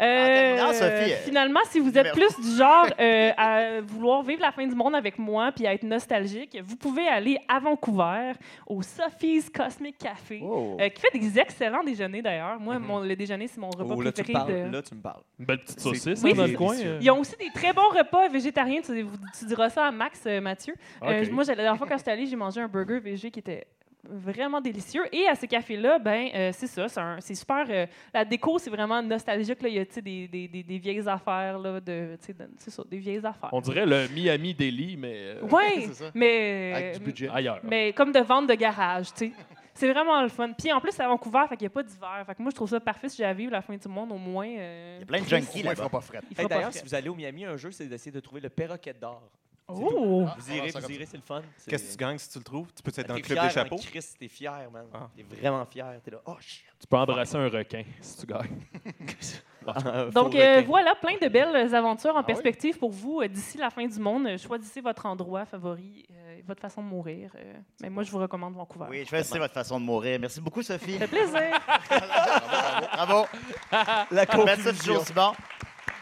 Euh, terminant, Sophie, euh, finalement, si vous êtes merde. plus du genre euh, à vouloir vivre la fin du monde avec moi puis à être nostalgique, vous pouvez aller à Vancouver au Sophie's Cosmic Café, Oh. euh, qui fait des excellents déjeuners d'ailleurs. Moi, Mhm. mon, le déjeuner, c'est mon repas Oh, là, tu me préféré. parles. de- Là, tu me parles. Une belle petite saucisse Oui, hein, dans c'est le coin. euh. Ils ont aussi des très bons repas végétariens. Tu, vous- tu diras ça à Max, euh, Mathieu. Euh, Ok. moi, j'ai- la dernière fois, quand j'étais allée, j'ai mangé un burger végé qui était vraiment délicieux. Et à ce café-là, ben, euh, c'est ça. c'est un- C'est super. euh, la déco, c'est vraiment nostalgique. Là. Il y a tu sais, des, des, des, des vieilles affaires. Là, de, tu sais, de- c'est ça, des vieilles affaires. On dirait le Miami Deli, mais euh, Oui, ça. mais. Avec du budget. ailleurs. Mais comme de vente de garage, tu sais. C'est vraiment le fun. Puis en plus, c'est à Vancouver, fait qu'il n'y a pas d'hiver. Fait que moi, je trouve ça parfait si j'ai à vivre la fin du monde, au moins. euh, Il y a plein de Chris, junkies Moi, il fera là-bas. pas fret. il fera Hey, pas D'ailleurs, frais. si vous allez au Miami, un jeu, c'est d'essayer de trouver le perroquet d'or. Oh! Vous irez, ah, ça vous comme irez, c'est le fun. C'est- Qu'est-ce que tu gagnes si tu le trouves? Tu peux être dans le T'es club fier, des chapeaux? hein, Chris, t'es fier, man. Ah. T'es vraiment fier. T'es là, oh shit. Tu peux embrasser un requin si tu gagnes. Donc euh, voilà, plein de belles aventures en Ah oui? perspective pour vous euh, d'ici la fin du monde. Euh, Choisissez votre endroit favori, euh, et votre façon de mourir. euh, mais moi, je vous recommande Vancouver. Oui, je fais c'est votre façon de mourir. Merci beaucoup, Sophie. Ça fait plaisir. Bravo. la Merci, c'est toujours aussi bon.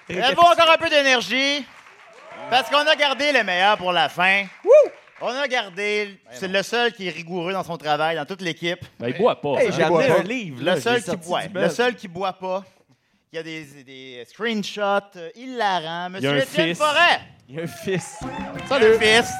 Avez-vous encore un peu d'énergie? Parce qu'on a gardé le meilleur pour la fin. On a gardé. C'est le seul qui est rigoureux dans son travail, dans toute l'équipe. Ben, il boit pas. Hey, hein. j'ai bois amené pas. un livre. Là, Le je l'ai seul qui sorti boit. du Le meuble. seul qui boit pas. Il y a des, des screenshots euh, hilarants. y a Monsieur un Étienne fils. Forêt. Il y a un fils. Salut. fils.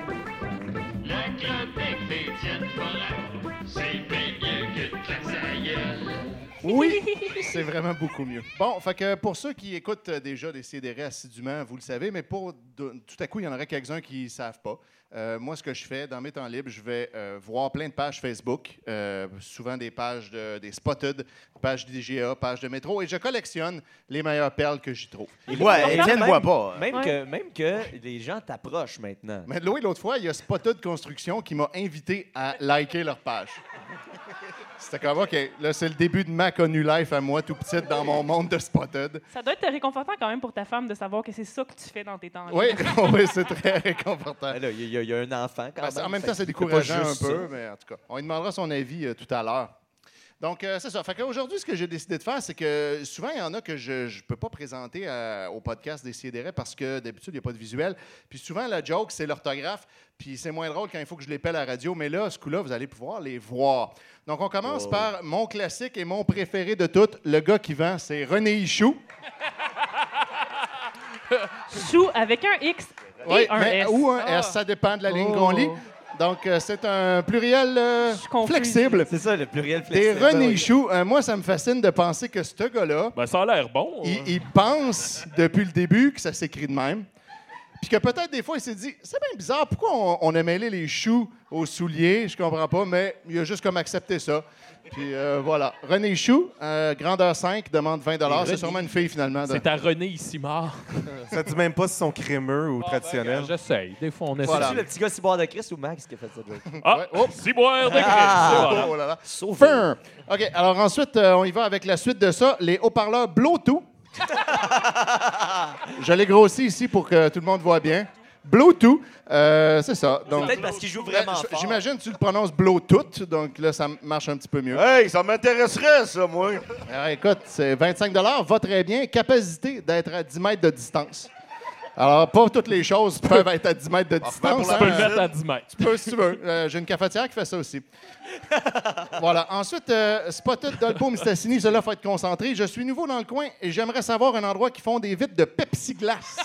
Le club des Étienne Forêt, c'est bien mieux que de classe à la gueule. Oui, c'est vraiment beaucoup mieux. Bon, fait que pour ceux qui écoutent euh, déjà des CDR assidûment, vous le savez, mais pour de- tout à coup, il y en aurait quelques-uns qui ne savent pas. Euh, moi, ce que je fais dans mes temps libres, je vais euh, voir plein de pages Facebook, euh, souvent des pages de- des Spotted, pages d'IGA, pages de métro, et je collectionne les meilleures perles que j'y trouve. Il boit. Étienne ne Même- boit pas. hein. Même, Ouais. que, même que les gens t'approchent maintenant. Mais de l'autre, l'autre fois, il y a Spotted Construction qui m'a invité à liker leur page. C'était comme, OK, là, c'est le début de ma connue life à moi, tout petite, dans mon monde de Spotted. Ça doit être réconfortant quand même pour ta femme de savoir que c'est ça que tu fais dans tes temps. libres. Oui, oui c'est très réconfortant. Ben là, Il y, a- il y a un enfant quand Ben, c'est- même. en même fait temps, que c'est pas décourageant un juste peu, mais en tout cas, on lui demandera son avis euh, tout à l'heure. Donc, euh, c'est ça. Fait qu'aujourd'hui, ce que j'ai décidé de faire, c'est que souvent, il y en a que je ne peux pas présenter à- au podcast des CDR parce que d'habitude, il n'y a pas de visuel. Puis souvent, la joke, c'est l'orthographe. Puis c'est moins drôle quand il faut que je les pèle à la radio. Mais là, ce coup-là, vous allez pouvoir les voir. Donc, on commence par mon classique et mon préféré de toutes. Le gars qui vend, c'est René Ichou. Chou avec un X et Oui, un mais- S. Ah. Oh. Ou un R, ça dépend de la ligne qu'on lit. Donc, euh, c'est un pluriel euh, Je suis confuse. flexible. C'est ça, le pluriel Des flexible. René Chou, euh, moi, ça me fascine de penser que ce gars-là, Ben, ça a l'air bon. hein. il, il pense depuis le début que ça s'écrit de même. Puis que peut-être des fois, il s'est dit, c'est bien bizarre, pourquoi on, on a mêlé les choux aux souliers? Je comprends pas, mais il a juste comme accepté ça. Puis euh, voilà. René Chou, euh, grandeur 5, demande 20 C'est sûrement une fille, finalement. de- C'est à René ici mort. Ça dit même pas si sont crémeux ou Ah, traditionnels. J'essaye. Des fois, on essaie. Voilà. C'est-tu le petit gars ciboire de Chris ou Max qui a fait ça? Ah, Ouais, oh. six boires de Christ. Ah. Et voilà. Oh là là. Sauf Fur. OK, alors ensuite, euh, on y va avec la suite de ça, les haut-parleurs Bluetooth. Je l'ai grossi ici pour que tout le monde voit bien. Bluetooth, euh, c'est ça. Donc, Peut-être parce qu'il joue vraiment j- fort. J'imagine que tu le prononces Bluetooth, donc là, ça marche un petit peu mieux. Hey, ça m'intéresserait, ça, moi. Alors, écoute, c'est 25 va très bien. Capacité d'être à 10 mètres de distance. Alors, pas toutes les choses peuvent être à 10 mètres de ben, pour distance. la- Tu peux hein. le mettre à 10 mètres. Tu peux, si tu veux. Euh, J'ai une cafetière qui fait ça aussi. voilà. Ensuite, euh, Spotted, Dolpo, Mistassini, cela faut être concentré. Je suis nouveau dans le coin et j'aimerais savoir un endroit qui font des vitres de Pepsi Glace.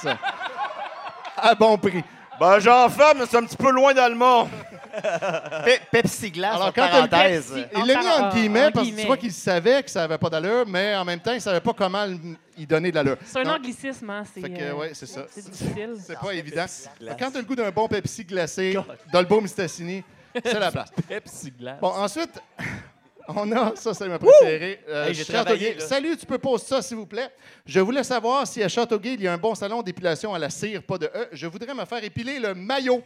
à bon prix. Ben, j'en fais, mais c'est un petit peu loin d'allemand. Pe- Pepsi Glace, Alors, en quand t'as le parenthèse. Pepsi- Il l'a mis en Ah, guillemets en parce que guillemets. tu vois qu'il savait que ça n'avait pas d'allure, mais en même temps, il savait pas comment le- y donner de l'allure. C'est un Non. anglicisme, hein, c'est Fait que, euh, ouais, c'est ça. c'est difficile. C'est pas Ah, évident. Glace. Quand tu as le goût d'un bon Pepsi glacé, Dolbo Mistassini, c'est la place. Pepsi glace. Bon, ensuite, on a, ça c'est ma préférée, euh, Hey, j'ai Châteauguay. travaillé, là. Salut, tu peux poser ça, s'il vous plaît. Je voulais savoir si à Châteauguay, il y a un bon salon d'épilation à la cire, pas de E. Je voudrais me faire épiler le maillot.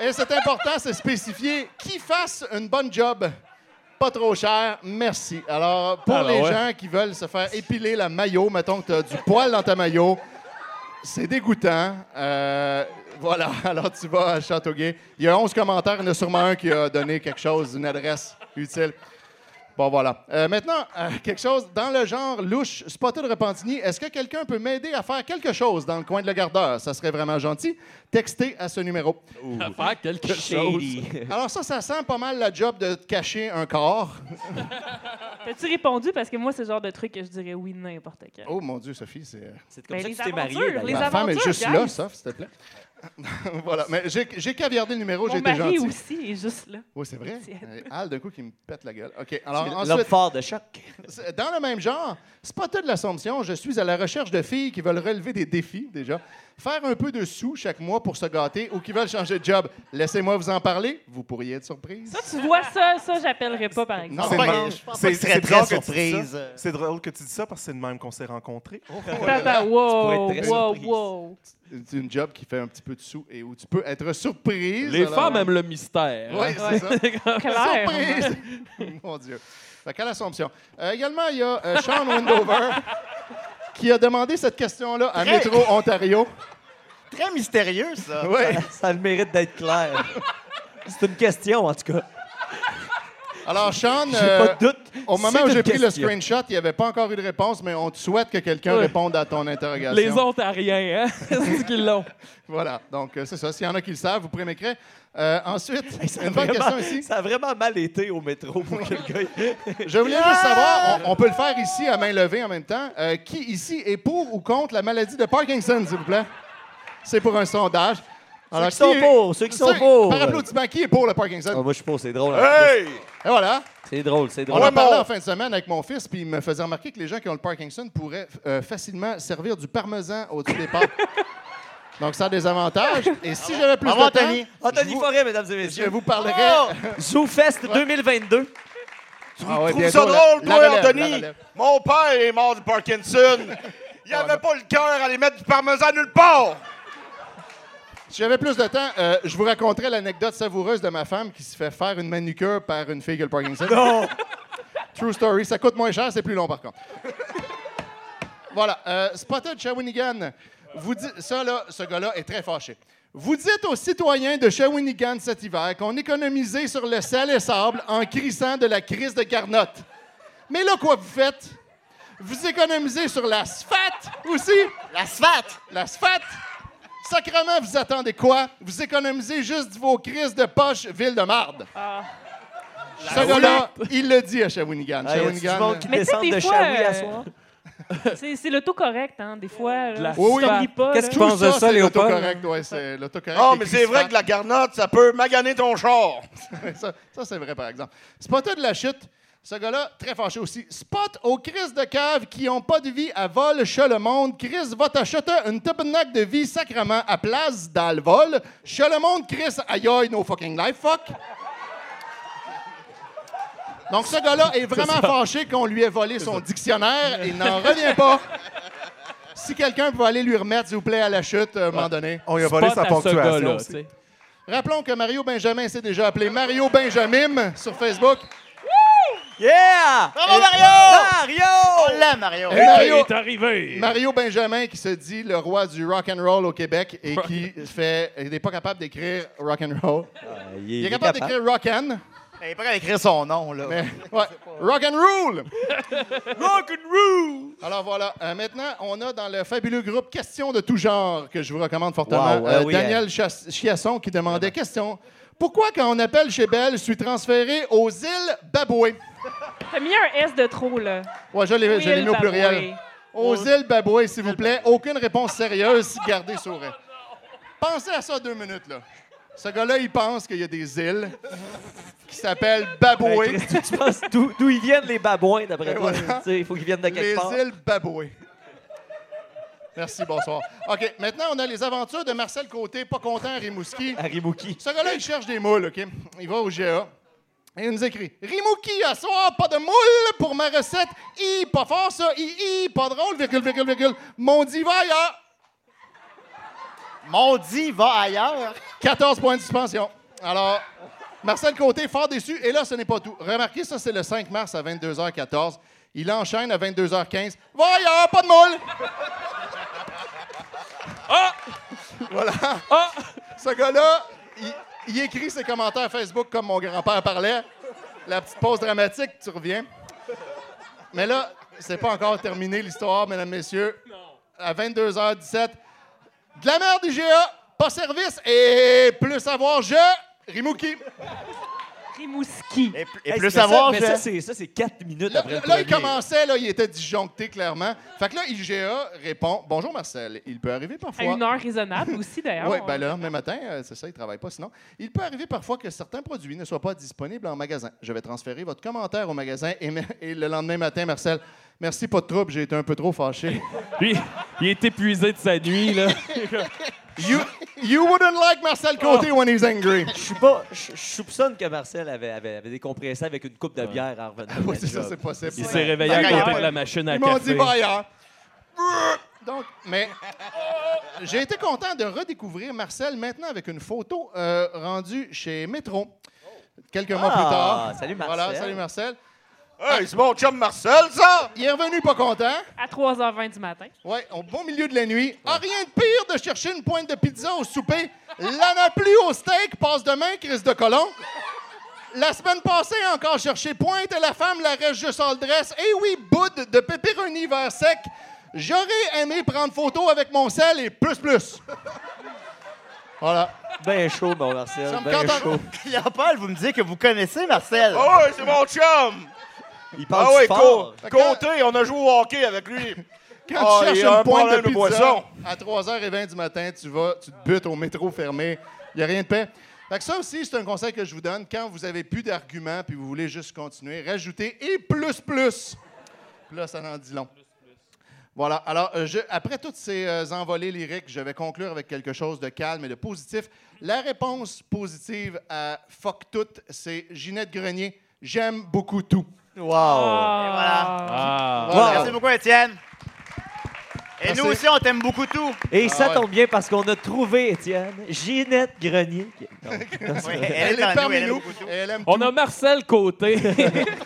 Et c'est important, c'est spécifié. Qui fasse une bonne job, pas trop cher, merci. Alors, pour Alors, les ouais. gens qui veulent se faire épiler la maillot, mettons que tu as du poil dans ta maillot, c'est dégoûtant. Euh, voilà, alors tu vas à Châteauguay. Il y a 11 commentaires, il y en a sûrement un qui a donné quelque chose, une adresse. utile. Bon, voilà. Euh, maintenant, euh, quelque chose dans le genre louche, spotter de Repentigny. Est-ce que quelqu'un peut m'aider à faire quelque chose dans le coin de la gardeur? Ça serait vraiment gentil. Textez à ce numéro. À faire quelque chose. Alors ça, ça sent pas mal la job de cacher un corps. T'as-tu répondu? Parce que moi, c'est le genre de truc que je dirais oui n'importe quand. Oh mon Dieu, Sophie, c'est... C'est comme Ben, ça que les tu t'es marié. aventures, d'ailleurs. les Ma femme est aventures, juste guys. là, sauf, s'il te plaît. voilà, mais j'ai j'ai caviardé le numéro, oh, j'ai Mon été mari gentil. aussi est juste là. Oui, c'est vrai. Tiens. Euh, Al, d'un coup, qui me pète la gueule. OK, alors L'homme ensuite, fort de choc. c'est- dans le même genre, spotter de l'Assomption, je suis à la recherche de filles qui veulent relever des défis, déjà, faire un peu de sous chaque mois pour se gâter ou qui veulent changer de job. Laissez-moi vous en parler, vous pourriez être surprise. Ça, tu vois ça, ça, j'appellerais pas, par exemple. Non, C'est mais- pas- je pense pas que tu serais c'est très drôle que tu dis ça. surprise. C'est drôle que tu dis ça parce que c'est de même qu'on s'est rencontrés. Attends, wow, pourrais être très wow, surprise. wow. C'est une job qui fait un petit peu de sous et où tu peux être surprise. Les Alors, femmes aiment le mystère. hein. Oui, c'est ça. Claire. Surprise! Mon Dieu. Fait qu'à l'Assomption. Euh, également, il y a euh, Sean Windover qui a demandé cette question-là à Très- Métro Ontario. Très mystérieux, ça. Oui. Ça a le mérite d'être clair. C'est une question, en tout cas. Alors, Sean, J'ai euh, pas de doute. au moment C'est où j'ai une pris le question. screenshot, il n'y avait pas encore eu de réponse, mais on te souhaite que quelqu'un Ouais. réponde à ton interrogation. Les Ontariens, hein? C'est ce qu'ils l'ont. Voilà. Donc, euh, c'est ça. S'il y en a qui le savent, vous pourrez m'écrire. Euh, ensuite, Hey, ça, a une bonne question vraiment, ici. ça a vraiment mal été au métro pour que le gars. Je voulais juste savoir, on, on peut le faire ici à main levée en même temps. Euh, qui ici est pour ou contre la maladie de Parkinson, s'il vous plaît? C'est pour un sondage. Ceux qui sont pour, ceux qui sont pour. Par applaudissement, qui est pour le Parkinson? Ah, moi, je suis pour, c'est drôle. Hey! Et voilà. C'est drôle, c'est On drôle. en parlait en fin de semaine avec mon fils, puis il me faisait remarquer que les gens qui ont le Parkinson pourraient euh, facilement servir du parmesan au-dessus des pâtes. Donc, ça a des avantages. Et si j'avais plus Bravo, de temps, Anthony. Ah, Anthony je vous- Forêt, mesdames et je messieurs. Oh! vous parlerai... ZooFest 2022. Ah ouais, Trouve bientôt, ça la- drôle, la toi, relève, la Anthony? relève. Oh, Mon père est mort de Parkinson. Il avait pas le cœur à aller mettre du parmesan nulle part. Si j'avais plus de temps, euh, je vous raconterais l'anecdote savoureuse de ma femme qui se fait faire une manucure par une fille qui a le Parkinson. Non! True story. Ça coûte moins cher, c'est plus long par contre. voilà. Euh, Spotted Shawinigan. Vous dites, ça, là, ce gars-là est très fâché. Vous dites aux citoyens de Shawinigan cet hiver qu'on économisait sur le sel et sable en crissant de la crise de Carnotte. Mais là, quoi vous faites? Vous économisez sur la SFAT aussi? L'asphalte. L'asphalte! Sacrement, vous attendez quoi? Vous économisez juste de vos crises de poche, ville de marde. Ce gars-là, il le dit à Shawinigan. Ah, y a du Shawinigan, monde qui Mais tu sais, descend des de fois, Shawi à euh, soir. C'est c'est l'autocorrect, hein, des fois. là. La Si Oui, oui. t'en lis pas, Qu'est-ce là. qui- Tu penses de ça, c'est Léopold? l'autocorrect, ouais, c'est l'autocorrect. Ah, Non, qui Ah, mais écrit c'est vrai SFAT. que la garnotte, ça peut maganer ton char. ça, ça, c'est vrai, par exemple. Spotter de la chute. Ce gars-là, très fâché aussi. Spot aux crises de cave qui ont pas de vie à vol chez le monde. Chris va t'acheter une tabarnak de vie sacrement à place dans le vol. Chez le monde, Chris, aïe aïe, no fucking life, fuck. Donc, ce gars-là est vraiment fâché qu'on lui ait volé son dictionnaire et n'en revient pas. Si quelqu'un peut aller lui remettre, s'il vous plaît, à la chute, à un moment donné. On lui a volé Spot sa à ce gars-là, ponctuation. tu aussi. sais. Rappelons que Mario Benjamin s'est déjà appelé Mario Benjamin sur Facebook. Yeah! Bravo, Oh, Mario! Mario! On l'aime, Mario. Et Eh, Mario, est arrivé. Mario Benjamin qui se dit le roi du rock and roll au Québec et qui fait il n'est pas capable d'écrire rock and roll. Ah, Il est capable d'écrire rock and, Il n'est pas capable d'écrire son nom, là. mais ouais, rock and roll. Rock and roll! Alors voilà, euh, maintenant on a dans le fabuleux groupe Questions de tout genre que je vous recommande fortement Wow, euh, ah oui, Daniel Chas- Chiasson qui demandait question. Pourquoi quand on appelle chez Belle, je suis transféré aux îles Baboué? T'as mis un S de trop, là. Ouais, je l'ai je l'ai mis au Will pluriel. Baboué. Aux îles Baboué, s'il vous plaît. Aucune réponse sérieuse. Gardez sourire. Pensez à ça deux minutes, là. Ce gars-là, il pense qu'il y a des îles qui s'appellent Baboué. Ben, tu penses d'où d'où ils viennent les babouins, d'après Ben toi? voilà. Tu sais, Il faut qu'ils viennent de Les quelque part. îles Baboué. Merci, bonsoir. OK, maintenant, on a les aventures de Marcel Côté, pas content à Rimouski. À Rimouki. Ce gars-là, il cherche des moules, OK? Il va au GA. Et il nous écrit Rimouki, à soir, pas de moules pour ma recette. I, pas fort ça. I, I, pas drôle, virgule, virgule, virgule. Mon diva ailleurs. Mon dit va ailleurs. 14 points de suspension. Alors, Marcel Côté, fort déçu. Et là, ce n'est pas tout. Remarquez, ça, c'est le 5 mars à 22h14. Il enchaîne à 22h15. Va ailleurs, pas de moule! Ah! Voilà. Ce gars-là, il, il écrit ses commentaires Facebook comme mon grand-père parlait. La petite pause dramatique, tu reviens. Mais là, c'est pas encore terminé l'histoire, mesdames, messieurs. À 22h17, de la merde IGA, pas service et plus savoir je, Rimouki. Rimouski. Et, pl- et Hey, plus mais ça- savoir, mais je- ça, c'est- ça, c'est 4 minutes Là, après le là, il premier. commençait, là, il était disjoncté clairement. Fait que là, IGA répond Bonjour Marcel, il peut arriver À parfois. une heure raisonnable aussi, d'ailleurs. Oui, On- ben le lendemain matin, euh, c'est ça, il ne travaille pas sinon. Il peut arriver parfois que certains produits ne soient pas disponibles en magasin. Je vais transférer votre commentaire au magasin et, me- et le lendemain matin, Marcel, merci, pas de trouble, j'ai été un peu trop fâché. Lui, il est épuisé de sa nuit, là. you, you wouldn't like Marcel Ah. Côté when he's angry. Je suis pas. Je je soupçonne que Marcel avait, avait, avait des compressés avec une coupe de bière en revenant. de Oui, la c'est ça, job. c'est possible. Il s'est réveillé à D'accord. côté de la machine à Ils m'ont dit, café. hein. va ailleurs. Donc, mais euh, j'ai été content de redécouvrir Marcel maintenant avec une photo euh, rendue chez Métro. Quelques mois Ah, plus tard. salut Voilà, Marcel. salut Marcel. Hey, c'est mon chum Marcel, ça! Il est revenu pas content. À 3h20 du matin. Oui, au bon milieu de la nuit. Ah, rien de pire de chercher une pointe de pizza au souper. L'en a plus au steak, passe demain, crise de colon. La semaine passée, encore chercher pointe, la femme la reste juste en dress. Et oui, boude de pepperoni vert sec. J'aurais aimé prendre photo avec mon sel et plus plus. Voilà. Ben chaud, mon Marcel. Ça me Ben contente. chaud. Pierre-Paul, vous me dites que vous connaissez Marcel. Oh, c'est mon chum! Il parle Ah oui, fort. Co- Côté, on a joué au hockey avec lui. Quand Ah, tu il y cherches a une un pointe de problème de pizza boisson. à 3h20 du matin, tu vas, tu te butes au métro fermé. Il n'y a rien de paix. Fait que ça aussi, c'est un conseil que je vous donne. Quand vous avez plus d'arguments puis vous voulez juste continuer, rajoutez et plus plus. Puis Là, ça en dit long. Voilà. Alors, euh, je- après toutes ces euh, envolées lyriques, je vais conclure avec quelque chose de calme et de positif. La réponse positive à Fuck tout, c'est Ginette Grenier. J'aime beaucoup tout. Et voilà. Ah. Voilà. Merci beaucoup, Étienne. Et Merci. nous aussi, on t'aime beaucoup tout. Et ça Ah Ah, ouais. tombe bien parce qu'on a trouvé, Étienne, Ginette Grenier. qui- Non. Oui, Elle, est parmi nous. beaucoup tout. Elle aime On a Marcel Côté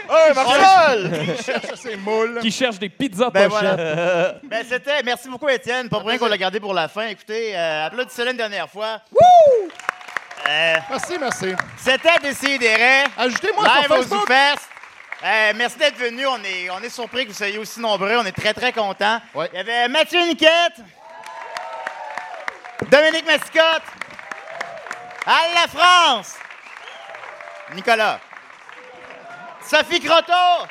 Oh, Hey, Marcel! Oh, tout. C'est moule. qui cherche des pizzas Ben pochettes. voilà. ben c'était. Merci beaucoup, Étienne. Pas pour rien qu'on l'a gardé pour la fin. Écoutez, euh, applaudissez-le une dernière fois. Wouh! Merci, merci. Euh, c'était Décideret. Ajoutez-moi sur Live au Facebook. ZooFest. Euh, merci d'être venu. On est, on est surpris que vous soyez aussi nombreux. On est très, très contents. Ouais. Il y avait Mathieu Niquette, Dominique Mascotte, Al La France, Nicolas, Sophie Croteau,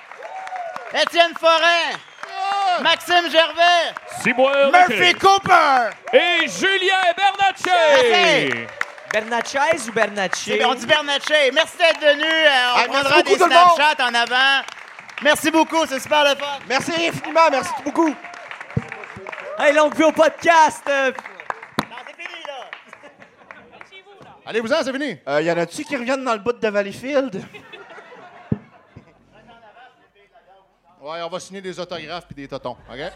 Étienne Forêt, Maxime Gervais, Ciboire Murphy Cooper. et Julien Bernatchez. Merci. Bernatchez ou Bernatchez? C'est- On dit Bernatchez. Merci d'être venu. Euh, on Ah, merci prendra des beaucoup, tout le monde. Snapchats en avant. Merci beaucoup. C'est super le fun. Merci infiniment, merci beaucoup. Hey, longue vie au podcast! euh, Non, c'est fini, là. Allez-vous-en, c'est fini. Euh, y en a-tu qui reviennent dans le bout de Valleyfield? Ouais, on va signer des autographes puis des totons, OK?